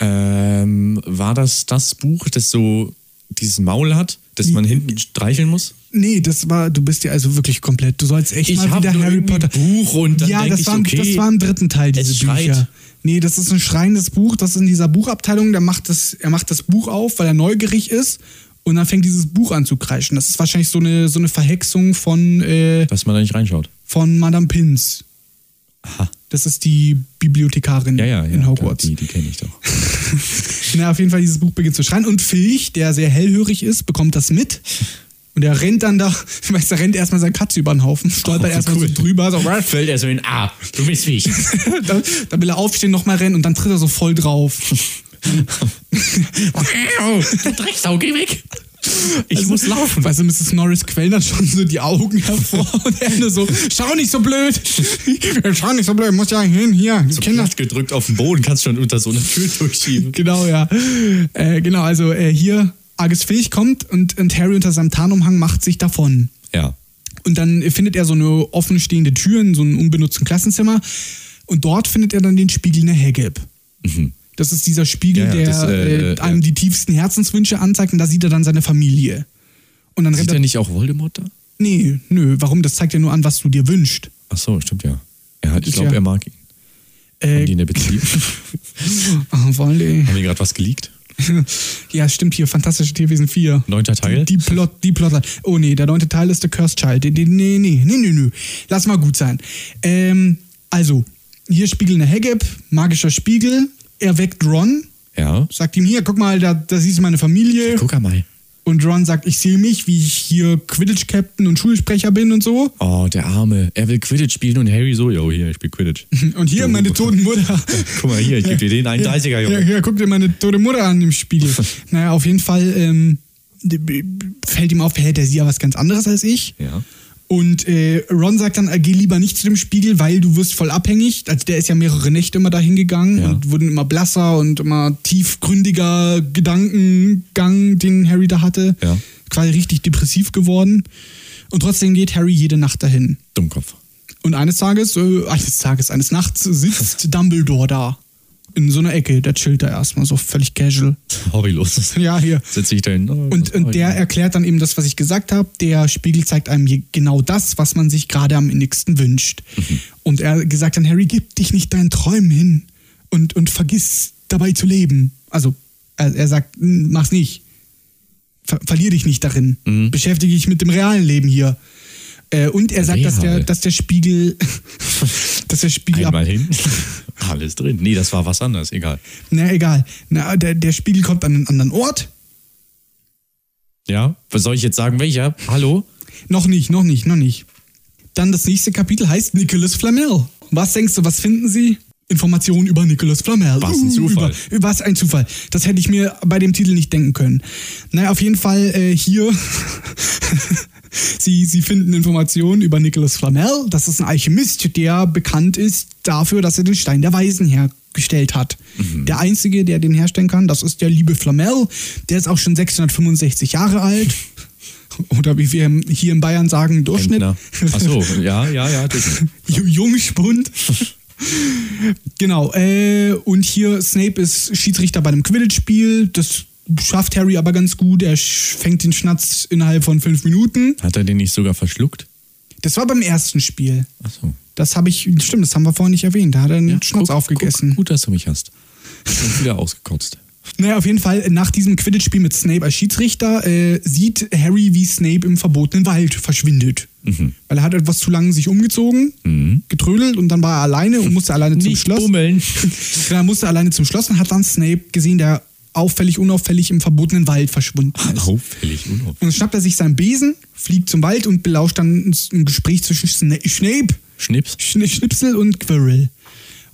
B: Ähm, war das das Buch, das so dieses Maul hat, das man hinten streicheln muss?
A: Nee, das war, du bist ja also wirklich komplett. Du sollst echt
B: Ich
A: mal
B: hab
A: wieder
B: nur
A: Harry
B: irgendwie
A: Potter.
B: Buch und dann
A: ja,
B: denk
A: das,
B: ich,
A: war, im-
B: okay,
A: das war im dritten Teil, diese
B: schreit.
A: Bücher. Nee, das ist ein schreiendes Buch, das ist in dieser Buchabteilung, der macht das, er macht das Buch auf, weil er neugierig ist und dann fängt dieses Buch an zu kreischen. Das ist wahrscheinlich so eine, so eine Verhexung von, äh,
B: Dass man da nicht reinschaut.
A: von Madame Pins.
B: Aha.
A: Das ist die Bibliothekarin
B: Ja, ja, ja.
A: in Hogwarts.
B: Die, die kenne ich doch.
A: Na, auf jeden Fall, dieses Buch beginnt zu schreien. Und Filch, der sehr hellhörig ist, bekommt das mit. Und er rennt dann da, weißt du, rennt erstmal seine Katze über den Haufen, stolpert
B: Oh,
A: erstmal
B: cool.
A: so drüber, so,
B: Fällt er so in A. Du bist wie ich.
A: dann, dann will er aufstehen, nochmal rennen und dann tritt er so voll drauf.
B: du Drecksau, geh weg. Ich muss laufen.
A: Weißt du, Mrs. Norris quellen dann schon so die Augen hervor und er nur so, schau nicht so blöd, schau nicht so blöd, muss ja hin, hier,
B: So
A: Kinder.
B: platt gedrückt auf den Boden, kannst schon unter so eine Tür durchschieben.
A: Genau, ja. Äh, genau, also äh, hier Argus Fähig kommt und, und Harry unter seinem Tarnumhang macht sich davon.
B: Ja.
A: Und dann findet er so eine offenstehende Tür in so einem unbenutzten Klassenzimmer. Und dort findet er dann den Spiegel in der Hellgelb. Das ist dieser Spiegel,
B: Mhm. Ja, ja,
A: der
B: das, äh,
A: äh,
B: äh,
A: einem
B: ja.
A: die tiefsten Herzenswünsche anzeigt. Und da sieht er dann seine Familie. Und dann
B: Sieht
A: rennt
B: er
A: er.
B: nicht auch Voldemort da?
A: Nee, nö, warum? Das zeigt ja nur an, was du dir wünschst.
B: Ach so, stimmt ja. Er hat, ich
A: Ist
B: glaube,
A: ja-
B: er mag ihn. Haben
A: Äh,
B: die in der Beziehung?
A: ah, wollen die.
B: Haben die gerade was geleakt?
A: ja, stimmt hier. Fantastische Tierwesen 4.
B: Neunter Teil?
A: Die, die, Plot, die Plotline. Oh nee, der neunte Teil ist The Cursed Child. Den- den- Nee, nee, nee, nee, nee. Lass mal gut sein. Ähm, also, hier Spiegel in der Hageb, magischer Spiegel. Er weckt Ron,
B: Ja.
A: sagt ihm hier, guck mal, da, da siehst du meine Familie.
B: Guck mal.
A: Und Ron sagt, ich sehe mich, wie ich hier Quidditch-Captain und Schulsprecher bin und so.
B: Oh, der Arme. Er will Quidditch spielen und Harry so, yo, hier, ich bin Quidditch.
A: Und hier meine toten Mutter.
B: Guck mal hier, ich geb dir den 31er,
A: Ja,
B: Junge.
A: ja, guck dir meine tote Mutter an im Spiegel. naja, auf jeden Fall ähm, d- b- b- fällt ihm auf, hey, der sieht ja was ganz anderes als ich.
B: Ja.
A: Und äh, Ron sagt dann, äh, geh lieber nicht zu dem Spiegel, weil du wirst voll abhängig. Also der ist ja mehrere Nächte immer dahin gegangen
B: Ja.
A: und wurden immer blasser und immer tiefgründiger Gedankengang, den Harry da hatte.
B: Ja.
A: Quasi richtig depressiv geworden. Und trotzdem geht Harry jede Nacht dahin.
B: Dummkopf.
A: Und eines Tages, äh, eines Tages, eines Nachts sitzt Dumbledore da. In so einer Ecke, der chillt da erstmal so völlig casual.
B: Hobbylos.
A: Ja, hier.
B: Setze ich da hin. Oh,
A: Und,
B: oh,
A: und der
B: ja.
A: erklärt dann eben das, was ich gesagt habe. Der Spiegel zeigt einem je- genau das, was man sich gerade am innigsten wünscht.
B: Mhm.
A: Und er gesagt dann, Harry, gib dich nicht deinen Träumen hin und, und vergiss dabei zu leben. Also er, er sagt, "N- mach's nicht. Ver verlier dich nicht darin.
B: Mhm.
A: Beschäftige dich mit dem realen Leben hier. Äh, und er sagt, dass der,
B: Real.
A: dass der Spiegel, dass der Spiegel ab,
B: Einmal hin. Alles drin. Nee, das war was anderes, egal.
A: na egal, na, der, der Spiegel kommt an einen anderen Ort.
B: Ja? Was soll ich jetzt sagen? Welcher? Hallo?
A: Noch nicht, noch nicht, noch nicht. Dann das nächste Kapitel heißt Nicolas Flamel. Was denkst du, was finden sie? Informationen über Nicolas Flamel.
B: Was ein
A: Uh,
B: Zufall.
A: Über, was ein Zufall. Das hätte ich mir bei dem Titel nicht denken können. Naja, auf jeden Fall äh, hier. sie, sie finden Informationen über Nicolas Flamel. Das ist ein Alchemist, der bekannt ist dafür, dass er den Stein der Weisen hergestellt hat.
B: Mhm.
A: Der einzige, der den herstellen kann, das ist der liebe Flamel. Der ist auch schon 665 Jahre alt. Oder wie wir hier in Bayern sagen, Durchschnitt.
B: Rentner. Ach so, ja, ja, ja. das-
A: Ju- Jungspund. genau. Äh, und hier Snape ist Schiedsrichter bei einem Quidditch-Spiel. Das schafft Harry aber ganz gut. Er sch- fängt den Schnatz innerhalb von fünf Minuten.
B: Hat er den nicht sogar verschluckt?
A: Das war beim ersten Spiel.
B: Ach so.
A: Das habe ich, stimmt, das haben wir vorhin nicht erwähnt. Da hat er
B: Hm,
A: einen Schnatz
B: Guck,
A: aufgegessen.
B: Guck, gut, dass du mich hast. Und wieder ausgekotzt.
A: Naja, auf jeden Fall, nach diesem Quidditch-Spiel mit Snape als Schiedsrichter äh, sieht Harry, wie Snape im verbotenen Wald verschwindet. Weil er hat etwas zu lange sich umgezogen, getrödelt und dann war er alleine und musste alleine zum
B: Nicht
A: Schloss.
B: bummeln.
A: Genau, er musste alleine zum Schloss und hat dann Snape gesehen, der auffällig, unauffällig im verbotenen Wald verschwunden ist.
B: Auffällig, unauffällig.
A: Und dann schnappt er sich seinen Besen, fliegt zum Wald und belauscht dann ein Gespräch zwischen Sna Snape
B: Schnips.
A: Schn Schnipsel und Quirrell.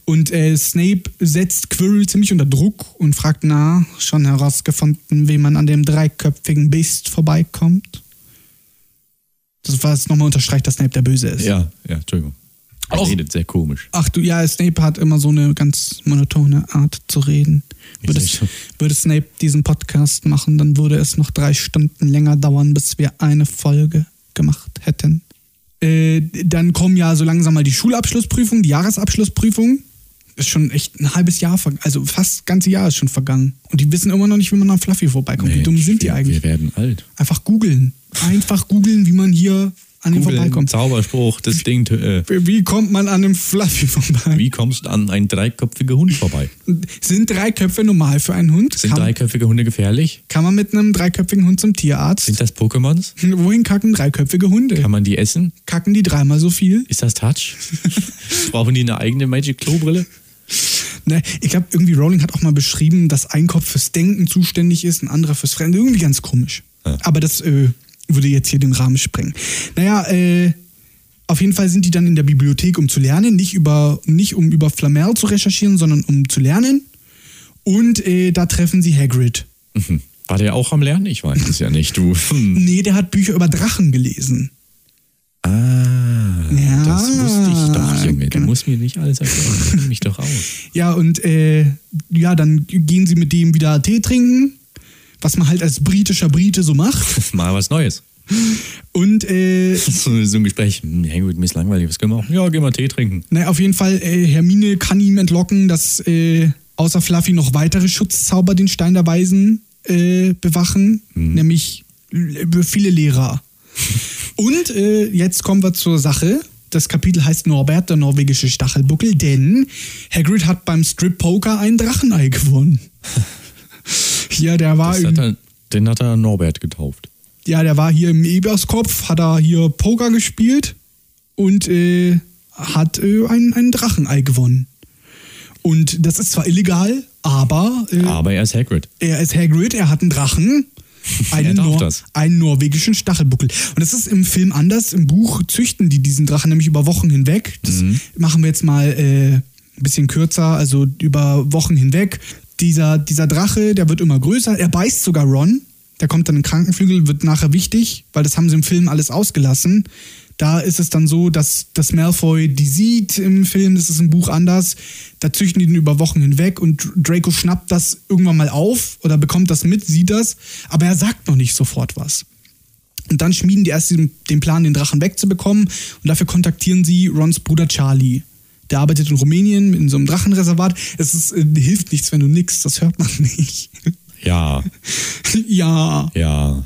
A: Und äh, Snape setzt Quirrell ziemlich unter Druck und fragt, na, schon herausgefunden, wie man an dem dreiköpfigen Biest vorbeikommt? Das war es nochmal unterstreicht, dass Snape der Böse ist.
B: Ja, ja, Entschuldigung. Er
A: Auch-
B: redet sehr komisch.
A: Ach du, ja, Snape hat immer so eine ganz monotone Art zu reden.
B: Ich
A: Würde,
B: sag schon.
A: würde Snape diesen Podcast machen, dann würde es noch drei Stunden länger dauern, bis wir eine Folge gemacht hätten. Äh, dann kommen ja so langsam mal die Schulabschlussprüfung, die Jahresabschlussprüfung. Ist schon echt ein halbes Jahr, verg- also fast das ganze Jahr ist schon vergangen. Und die wissen immer noch nicht, wie man an Fluffy vorbeikommt. wie dumm
B: Mensch,
A: sind die
B: wir-
A: eigentlich?
B: Wir werden alt.
A: Einfach googeln. Einfach googeln, wie man hier an ihm
B: Google,
A: vorbeikommt.
B: Zauberspruch, das Ding. Äh,
A: Wie wie kommt man an einem Fluffy vorbei?
B: wie kommst du an einen dreiköpfigen Hund vorbei?
A: Sind drei Köpfe normal für einen Hund?
B: Sind
A: kann,
B: dreiköpfige Hunde gefährlich?
A: kann man mit einem dreiköpfigen Hund zum Tierarzt?
B: Sind das Pokémons?
A: Wohin kacken dreiköpfige Hunde?
B: Kann man die essen?
A: kacken die dreimal so viel?
B: Ist das Touch? Brauchen die eine eigene Magic Klobrille?
A: Ne, ich glaube, irgendwie Rowling hat auch mal beschrieben, dass ein Kopf fürs Denken zuständig ist, ein anderer fürs Fremde. Irgendwie ganz komisch.
B: Ja.
A: Aber das äh, würde jetzt hier den Rahmen sprengen. Naja, äh, auf jeden Fall sind die dann in der Bibliothek, um zu lernen. Nicht, über, nicht um über Flamel zu recherchieren, sondern um zu lernen. Und äh, da treffen sie Hagrid.
B: Mhm. War der auch am Lernen? Ich weiß es ja nicht, du. Hm.
A: Nee, der hat Bücher über Drachen gelesen.
B: Ah,
A: Ja,
B: das wusste ich doch, Junge. Du
A: genau.
B: musst mir nicht alles erklären. Ich kenn mich doch aus.
A: Ja, und äh, ja, dann gehen sie mit dem wieder Tee trinken. was man halt als britischer Brite so macht.
B: Mal was Neues.
A: Und äh,
B: So, so ein Gespräch, hm, hey, gut, mir ist langweilig, was können wir auch? Ja, gehen wir Tee trinken.
A: naja, auf jeden Fall, äh, Hermine kann ihm entlocken, dass äh, außer Fluffy noch weitere Schutzzauber den Stein der Weisen äh, bewachen,
B: Mhm.
A: nämlich l- viele Lehrer. Und äh, jetzt kommen wir zur Sache. Das Kapitel heißt Norbert, der norwegische Stachelbuckel, denn Hagrid hat beim Strip-Poker ein Drachenei gewonnen. Ja, der war
B: Das
A: irgendwie-
B: hat er, den hat er Norbert getauft.
A: ja, der war hier im Eberskopf, hat er hier Poker gespielt und äh, hat äh, ein, ein Drachenei gewonnen. Und das ist zwar illegal, aber äh,
B: Aber er ist Hagrid.
A: er ist Hagrid, er hat einen Drachen, einen,
B: darf
A: Nor
B: das.
A: einen norwegischen Stachelbuckel. Und das ist im Film anders, im Buch züchten die diesen Drachen nämlich über Wochen hinweg. Das
B: Mhm.
A: machen wir jetzt mal äh, ein bisschen kürzer, also über Wochen hinweg. Dieser, dieser Drache, der wird immer größer, er beißt sogar Ron. Der kommt dann in den Krankenflügel, wird nachher wichtig, weil das haben sie im Film alles ausgelassen. Da ist es dann so, dass das Malfoy die sieht im Film, das ist im Buch anders. Da züchten die den über Wochen hinweg und Dr- Draco schnappt das irgendwann mal auf oder bekommt das mit, sieht das, aber er sagt noch nicht sofort was. Und dann schmieden die erst den, den Plan, den Drachen wegzubekommen. Und dafür kontaktieren sie Rons Bruder Charlie. Der arbeitet in Rumänien in so einem Drachenreservat. Es ist, äh, hilft nichts, wenn du nix, das hört man nicht.
B: Ja,
A: ja.
B: ja.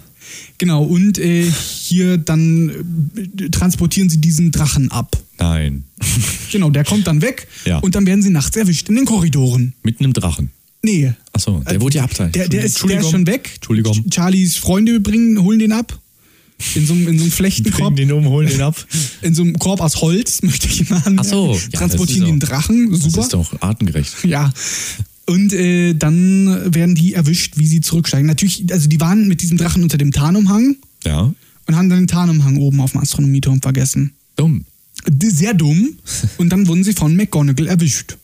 A: Genau, und äh, hier dann äh, transportieren sie diesen Drachen ab.
B: Nein.
A: Genau, der kommt dann weg
B: Ja.
A: und dann werden sie nachts erwischt in den Korridoren.
B: Mit einem Drachen.
A: Nee.
B: Achso, der wurde ja abteilt.
A: Der, der, ist, der ist
B: Entschuldigung.
A: schon weg.
B: Entschuldigung.
A: Ch- Charlies Freunde bringen, holen den ab. In so, einem- in so einem schlechten
B: Bring
A: Korb.
B: den um, hol den ab.
A: In so einem Korb aus Holz, möchte ich mal anmerken.
B: Ach so, ja,
A: Transportieren
B: das ist
A: den
B: doch-
A: Drachen. Super.
B: Das ist doch artengerecht.
A: Ja. Und äh, dann werden die erwischt, wie sie zurücksteigen. Natürlich, also die waren mit diesem Drachen unter dem Tarnumhang
B: Ja.
A: und haben dann den Tarnumhang oben auf dem Astronomieturm vergessen.
B: Dumm.
A: D- sehr dumm. Und dann wurden sie von McGonagall erwischt.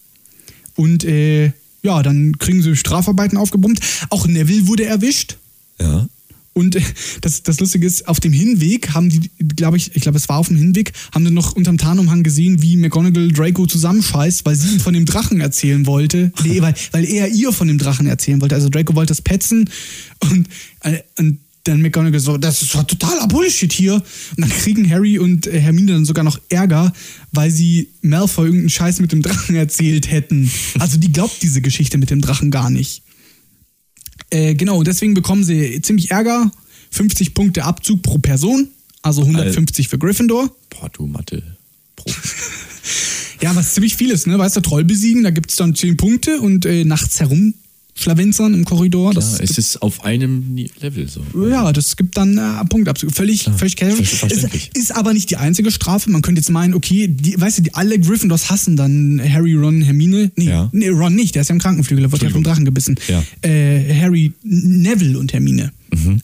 A: Und äh, ja, dann kriegen sie Strafarbeiten aufgebummt. Auch Neville wurde erwischt.
B: Ja.
A: Und äh, das, das Lustige ist, auf dem Hinweg haben die, glaube ich, ich glaube, es war auf dem Hinweg, haben sie noch unterm Tarnumhang gesehen, wie McGonagall Draco zusammenscheißt, weil sie ihm von dem Drachen erzählen wollte. Nee, weil, weil er ihr von dem Drachen erzählen wollte. Also Draco wollte das petzen und, äh, und dann McGonagall so, das ist doch totaler Bullshit hier. Und dann kriegen Harry und äh, Hermine dann sogar noch Ärger, weil sie Malfoy irgendeinen Scheiß mit dem Drachen erzählt hätten. Also die glaubt diese Geschichte mit dem Drachen gar nicht. Äh, genau, und deswegen bekommen sie ziemlich Ärger. 50 Punkte Abzug pro Person, also 150 für Gryffindor.
B: Boah, du Mathe. Pro.
A: Ja, was ziemlich viel ist, ne? Weißt du, Troll besiegen, da gibt es dann 10 Punkte und äh, nachts herumschlawenzern im Korridor.
B: Ja,
A: Das
B: es ist auf einem Ni- Level so.
A: ja, das gibt dann äh, Punktabzug. Völlig, völlig klar.
B: ver-
A: Ist,
B: verständlich.
A: ist aber nicht die einzige Strafe. Man könnte jetzt meinen, okay, die, weißt du, die alle Gryffindors hassen dann Harry, Ron, Hermine. Nee,
B: Ja.
A: nee Ron nicht, der ist ja im Krankenflügel, der wurde ja vom Drachen gebissen.
B: Ja. Mhm.
A: Äh, Harry, N- Neville und Hermine.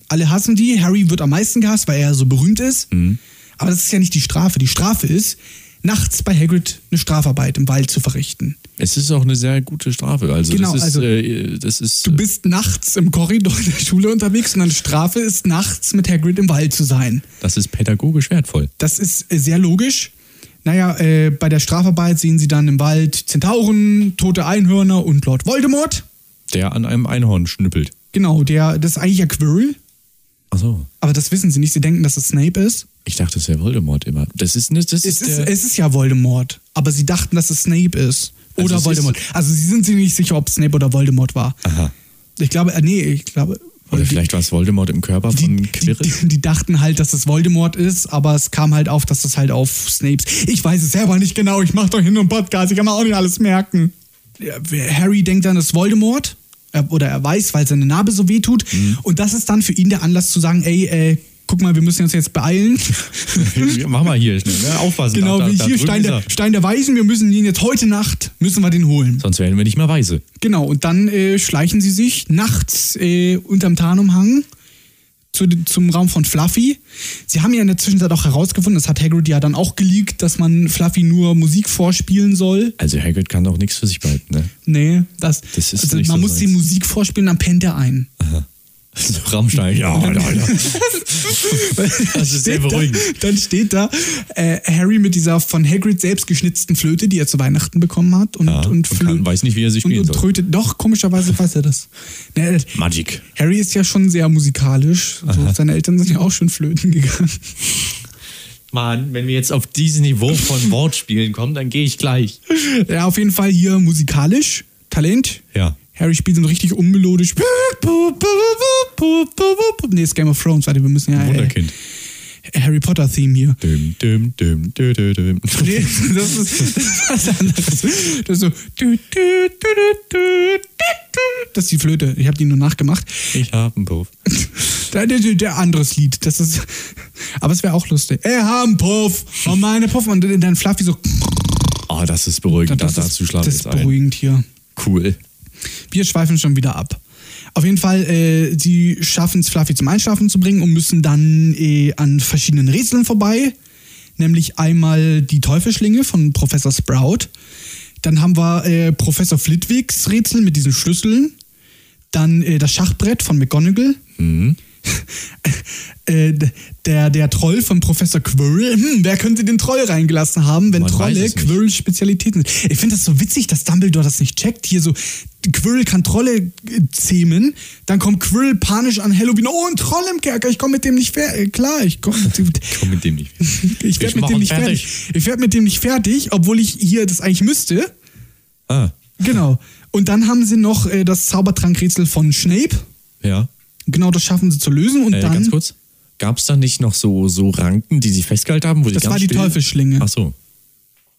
A: Alle hassen die. Harry wird am meisten gehasst, weil er so berühmt ist.
B: Mhm.
A: Aber das ist ja nicht die Strafe. Die Strafe ist, nachts bei Hagrid eine Strafarbeit im Wald zu verrichten.
B: Es ist auch eine sehr gute Strafe. Also
A: Genau,
B: das ist,
A: also-
B: äh, das ist
A: Du bist nachts im Korridor der Schule unterwegs und deine Strafe ist, nachts mit Hagrid im Wald zu sein.
B: das ist pädagogisch wertvoll.
A: Das ist äh, sehr logisch. Naja, äh, bei der Strafarbeit sehen sie dann im Wald Zentauren, tote Einhörner und Lord Voldemort.
B: Der an einem Einhorn schnüppelt.
A: Genau, der, das ist eigentlich ja Quirrell,
B: Achso.
A: aber das wissen sie nicht. Sie denken, dass es Snape ist.
B: Ich dachte, es wäre Voldemort immer. Das ist nicht, das
A: Es
B: ist,
A: ist,
B: der,
A: es ist ja Voldemort, aber sie dachten, dass es Snape ist.
B: Also
A: Oder
B: es ist-
A: Voldemort. also sie sind sich nicht sicher, ob Snape oder Voldemort war.
B: Aha.
A: Ich glaube, äh, nee, ich glaube.
B: Oder
A: die-
B: vielleicht war es Voldemort im Körper
A: die,
B: von
A: die,
B: Quirrell.
A: die, die dachten halt, dass es Voldemort ist, aber es kam halt auf, dass es halt auf Snapes. Ich weiß es selber nicht genau, ich mache doch hier nur einen Podcast, ich kann mir auch nicht alles merken. Ja, Harry denkt dann, es ist Voldemort. Er- Oder er weiß, weil seine Narbe so weh tut.
B: Mhm.
A: Und das ist dann für ihn der Anlass zu sagen, ey, äh, guck mal, wir müssen uns jetzt beeilen.
B: Mach mal hier schnell, ne? aufpassen.
A: genau,
B: da, da,
A: wie
B: da
A: hier
B: drüben
A: Stein
B: ist
A: der,
B: er.
A: Stein der Weisen, wir müssen ihn jetzt heute Nacht, müssen wir den holen.
B: Sonst wären wir nicht mehr weise.
A: Genau, und dann äh, schleichen sie sich nachts äh, unterm Tarnumhang zu, de- zum Raum von Fluffy. Sie haben ja in der Zwischenzeit auch herausgefunden, das hat Hagrid ja dann auch geleakt, dass man Fluffy nur Musik vorspielen soll.
B: Also Hagrid kann doch nichts für sich behalten. Ne?
A: Nee, das,
B: Das ist
A: also
B: nicht
A: man
B: so
A: muss die
B: seins.
A: Musik vorspielen, dann pennt er ein.
B: So Rammstein, ja, ja, ja. Das ist sehr
A: Steht
B: beruhigend.
A: Da, dann steht da äh, Harry mit dieser von Hagrid selbst geschnitzten Flöte, die er zu Weihnachten bekommen hat. Und,
B: Ja,
A: und,
B: und kann-
A: flö-
B: weiß nicht, wie er sie
A: und,
B: spielen
A: und
B: soll.
A: trötet. Doch, komischerweise weiß er das. Ne,
B: Magic.
A: Harry ist ja schon sehr musikalisch. So, seine Eltern sind ja auch schon flöten gegangen.
B: Mann, wenn wir jetzt auf dieses Niveau von Wortspielen kommen, dann gehe ich gleich.
A: Ja, auf jeden Fall hier musikalisch, Talent.
B: Ja.
A: Harry spielt so richtig unmelodisch. Nee, ist Game of Thrones, warte, wir müssen ja. Äh,
B: Wunderkind.
A: Harry Potter-Theme hier.
B: Düm, düm, düm, dü, dü, düm.
A: Nee, das ist das ist was anderes. Das ist so. du, du, du, du, du, du. Das ist die Flöte. Ich habe die nur nachgemacht.
B: Ich hab einen Puff.
A: Der, der, der anderes Lied. Das ist. Aber es wäre auch lustig. Ey, haben Puff! Oh meine Puff! Und dann Fluffy so.
B: Ah, das ist beruhigend. Da, dazu
A: ist, das
B: schlagen wir
A: ist
B: jetzt ein.
A: beruhigend hier.
B: Cool.
A: Wir schweifen schon wieder ab. Auf jeden Fall, äh, sie schaffen es, Fluffy zum Einschlafen zu bringen und müssen dann äh, an verschiedenen Rätseln vorbei. Nämlich einmal die Teufelschlinge von Professor Sprout. Dann haben wir äh, Professor Flitwigs Rätsel mit diesen Schlüsseln. Dann äh, das Schachbrett von McGonagall.
B: Mhm.
A: Äh, d- der, der Troll von Professor Quirrell. Hm, wer könnte den Troll reingelassen haben, wenn
B: Man weiß
A: Trolle
B: es nicht.
A: Quirrell Spezialitäten sind? Ich finde das so witzig, dass Dumbledore das nicht checkt. Hier so, Quirrell kann Trolle äh, zähmen, dann kommt Quirrell panisch an Halloween. Oh, ein Troll im Kerker, ich komme mit dem nicht fer- äh, klar. Ich komme mit dem,
B: Komm mit dem nicht.
A: ich werd
B: Ich
A: mit
B: mach
A: dem
B: ihn
A: nicht fertig. Ich werde mit dem nicht fertig, obwohl ich hier das eigentlich müsste.
B: Ah,
A: Genau. Und dann haben sie noch äh, das Zaubertrankrätsel von Snape.
B: ja.
A: Genau, das schaffen sie zu lösen. Und
B: Äh,
A: dann
B: ganz kurz. Gab es da nicht noch so, so Ranken, die sie festgehalten haben? Wo
A: Das
B: die ganz
A: war die
B: still-
A: Teufelschlinge.
B: Ach so.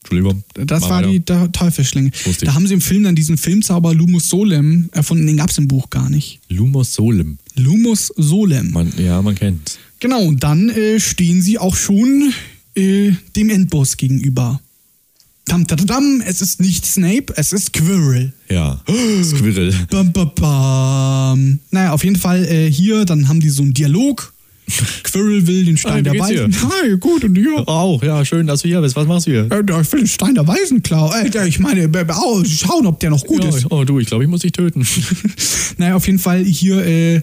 B: Entschuldigung.
A: Das
B: Mach
A: war
B: weiter.
A: die Te- Teufelschlinge.
B: Wusste ich.
A: Da haben sie im Film dann diesen Filmzauber Lumus Solem erfunden. Den gab es im Buch gar nicht.
B: Lumos Solem.
A: Lumus Solem.
B: Man, ja, man kennt.
A: Genau, und dann äh, stehen sie auch schon äh, dem Endboss gegenüber. Tam, tam, tam, es ist nicht Snape, es ist Quirrell.
B: Ja. Squirrel.
A: Bam, bam, bam. Naja, auf jeden Fall äh, hier, dann haben die so einen Dialog. Quirrell will den Stein
B: Hi, Äh, wie
A: der
B: geht's
A: Weisen. Hi, gut und dir?
B: Auch, ja, schön, dass du hier bist. Was machst du hier?
A: Äh, Ich will den Stein der Weisen klauen. Alter, ich meine, b- b- au, schauen, ob der noch gut
B: Ja,
A: ist.
B: oh, du, ich glaube, ich muss dich töten.
A: Naja, auf jeden Fall hier, äh,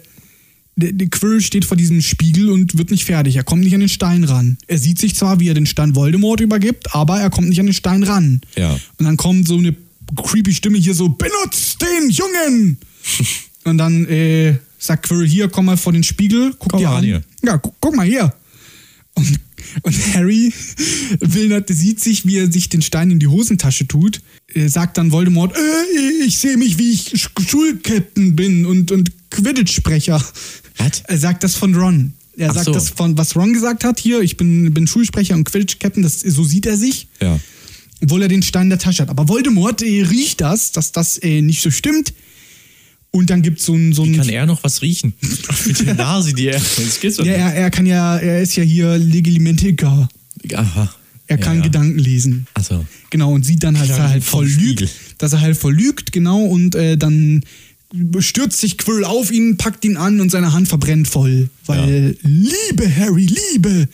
A: der, der Quirrell steht vor diesem Spiegel und wird nicht fertig. Er kommt nicht an den Stein ran. Er sieht sich zwar, wie er den Stein Voldemort übergibt, aber er kommt nicht an den Stein ran.
B: Ja.
A: Und dann kommt so eine creepy Stimme hier so, benutzt den Jungen! und dann äh, sagt Quirrell, hier, komm mal vor den Spiegel, guck
B: Komm
A: dir
B: mal
A: an.
B: hier.
A: Ja, gu guck mal hier. Und, und Harry will, nat- sieht sich, wie er sich den Stein in die Hosentasche tut, äh, sagt dann Voldemort, äh, ich sehe mich, wie ich Sch- Schulkapitän bin und, und Quidditch-Sprecher.
B: Was?
A: Er sagt das von Ron. Er
B: Ach
A: sagt
B: so.
A: das von, was Ron gesagt hat, hier, ich bin, bin Schulsprecher und Quidditch-Captain, das- so sieht er sich.
B: ja.
A: Obwohl er den Stein in der Tasche hat. Aber Voldemort äh, riecht das, dass das äh, nicht so stimmt. Und dann gibt es so ein... So ein
B: Kann er noch was riechen? Mit der Nase, die er. Das geht's doch
A: ja,
B: nicht.
A: er, er kann ja, er ist ja hier Legilimentiker.
B: Aha.
A: Er kann
B: ja, ja.
A: Gedanken lesen.
B: Achso.
A: Genau, und sieht dann halt, dass er halt voll
B: Vom Spiegel.
A: lügt. Dass er halt voll lügt, genau, und äh, dann stürzt sich Quirrell auf ihn, packt ihn an und seine Hand verbrennt voll. Weil Liebe, Harry, Liebe!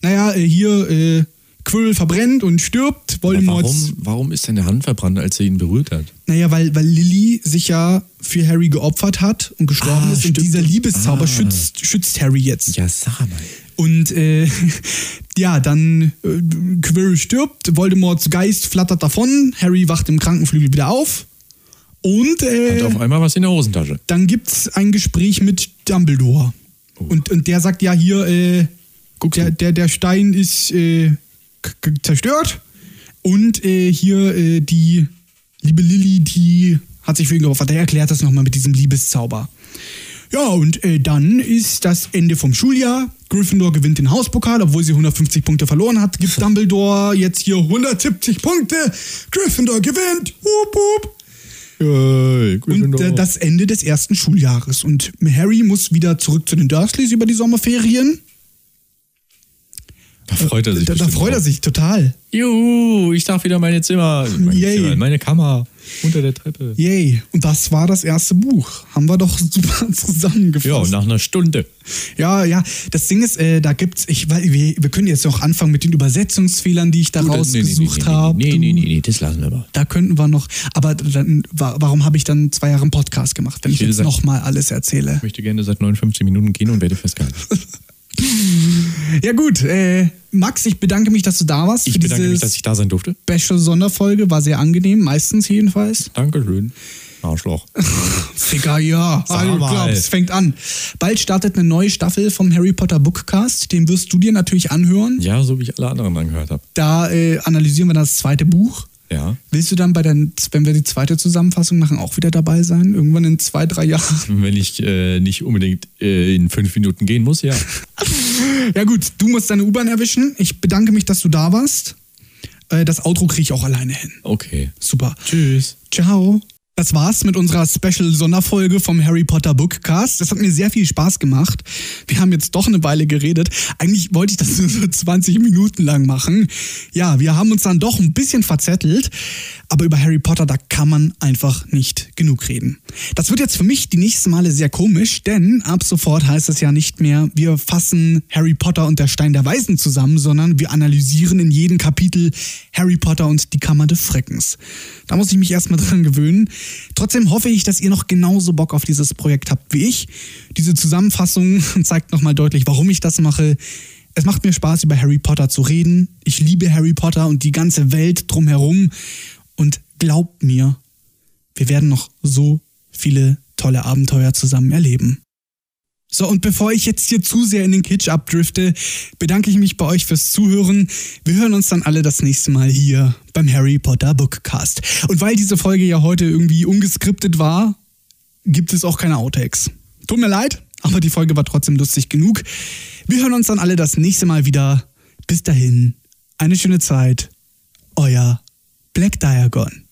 A: Naja, äh, hier äh, Quirrell verbrennt und stirbt. Voldemort.
B: Warum, warum ist seine Hand verbrannt, als er ihn berührt hat?
A: Naja, weil, weil Lily sich ja für Harry geopfert hat und gestorben
B: Ah,
A: ist.
B: stimmt.
A: Und dieser Liebeszauber
B: Ah.
A: schützt, schützt Harry jetzt.
B: Ja, sag mal.
A: Und äh, ja, dann äh, Quirrell stirbt, Voldemorts Geist flattert davon, Harry wacht im Krankenflügel wieder auf und
B: Hat
A: äh,
B: auf einmal was in der Hosentasche.
A: dann gibt's ein Gespräch mit Dumbledore. Und, und der sagt ja hier, äh, der, der, der Stein ist äh, k- k- zerstört und äh, hier äh, die liebe Lilly, die hat sich für ihn geopfert. Der erklärt das nochmal mit diesem Liebeszauber. Ja, und äh, dann ist das Ende vom Schuljahr. Gryffindor gewinnt den Hauspokal, obwohl sie 150 Punkte verloren hat. Gibt Dumbledore jetzt hier 170 Punkte. Gryffindor gewinnt. Hup, hup.
B: Yay,
A: Und äh, das Ende des ersten Schuljahres. Und Harry muss wieder zurück zu den Dursleys über die Sommerferien.
B: Da freut er sich.
A: Da, da
B: bestimmt
A: freut er
B: drauf.
A: sich total.
B: Juhu, ich darf wieder meine Zimmer, meine,
A: Yay.
B: Zimmer, meine Kammer unter der Treppe.
A: Yay. Und das war das erste Buch. Haben wir doch super
B: Ja,
A: zusammengefasst.
B: nach einer Stunde.
A: Ja, ja, das Ding ist, äh, da gibt's, ich weiß, wir, wir können jetzt auch anfangen mit den Übersetzungsfehlern, die ich da
B: äh,
A: rausgesucht habe.
B: Nee, nee, nee, nee, nee, das lassen wir mal.
A: Da könnten wir noch, aber dann, wa- warum habe ich dann zwei Jahre einen Podcast gemacht, wenn ich,
B: will
A: jetzt
B: sagen-
A: nochmal alles erzähle?
B: Ich möchte gerne seit 59 Minuten gehen und werde festgehalten.
A: Ja gut, äh, Max, ich bedanke mich, dass du da warst.
B: Ich
A: für
B: bedanke
A: diese
B: mich, dass ich da sein durfte.
A: Special-Sonderfolge, war sehr angenehm, meistens jedenfalls.
B: Dankeschön. Arschloch.
A: Ficker, ja,
B: Sag
A: also,
B: mal.
A: glaub, es fängt an. Bald startet eine neue Staffel vom Harry Potter Bookcast, den wirst du dir natürlich anhören.
B: Ja, so wie ich alle anderen dann gehört habe.
A: Da äh, analysieren wir das zweite Buch.
B: Ja.
A: Willst du dann bei der, wenn wir die zweite Zusammenfassung machen, auch wieder dabei sein? Irgendwann in zwei, drei Jahren?
B: Wenn ich äh, nicht unbedingt äh, in fünf Minuten gehen muss, ja.
A: Ja gut, du musst deine U-Bahn erwischen. Ich bedanke mich, dass du da warst. Äh, Das Outro kriege ich auch alleine hin.
B: Okay.
A: Super.
B: Tschüss.
A: Ciao. Das war's mit unserer Special-Sonderfolge vom Harry Potter Bookcast. Das hat mir sehr viel Spaß gemacht. Wir haben jetzt doch eine Weile geredet. Eigentlich wollte ich das nur so 20 Minuten lang machen. Ja, wir haben uns dann doch ein bisschen verzettelt. Aber über Harry Potter, da kann man einfach nicht genug reden. Das wird jetzt für mich die nächsten Male sehr komisch, denn ab sofort heißt es ja nicht mehr, wir fassen Harry Potter und der Stein der Weisen zusammen, sondern wir analysieren in jedem Kapitel Harry Potter und die Kammer des Schreckens. Da muss ich mich erstmal dran gewöhnen. Trotzdem hoffe ich, dass ihr noch genauso Bock auf dieses Projekt habt wie ich. Diese Zusammenfassung zeigt nochmal deutlich, warum ich das mache. Es macht mir Spaß, über Harry Potter zu reden. Ich liebe Harry Potter und die ganze Welt drumherum. Und glaubt mir, wir werden noch so viele tolle Abenteuer zusammen erleben. So, und bevor ich jetzt hier zu sehr in den Kitsch abdrifte, bedanke ich mich bei euch fürs Zuhören. Wir hören uns dann alle das nächste Mal hier beim Harry Potter Bookcast. Und weil diese Folge ja heute irgendwie ungeskriptet war, gibt es auch keine Outtakes. Tut mir leid, aber die Folge war trotzdem lustig genug. Wir hören uns dann alle das nächste Mal wieder. Bis dahin, eine schöne Zeit. Euer Black Diagon.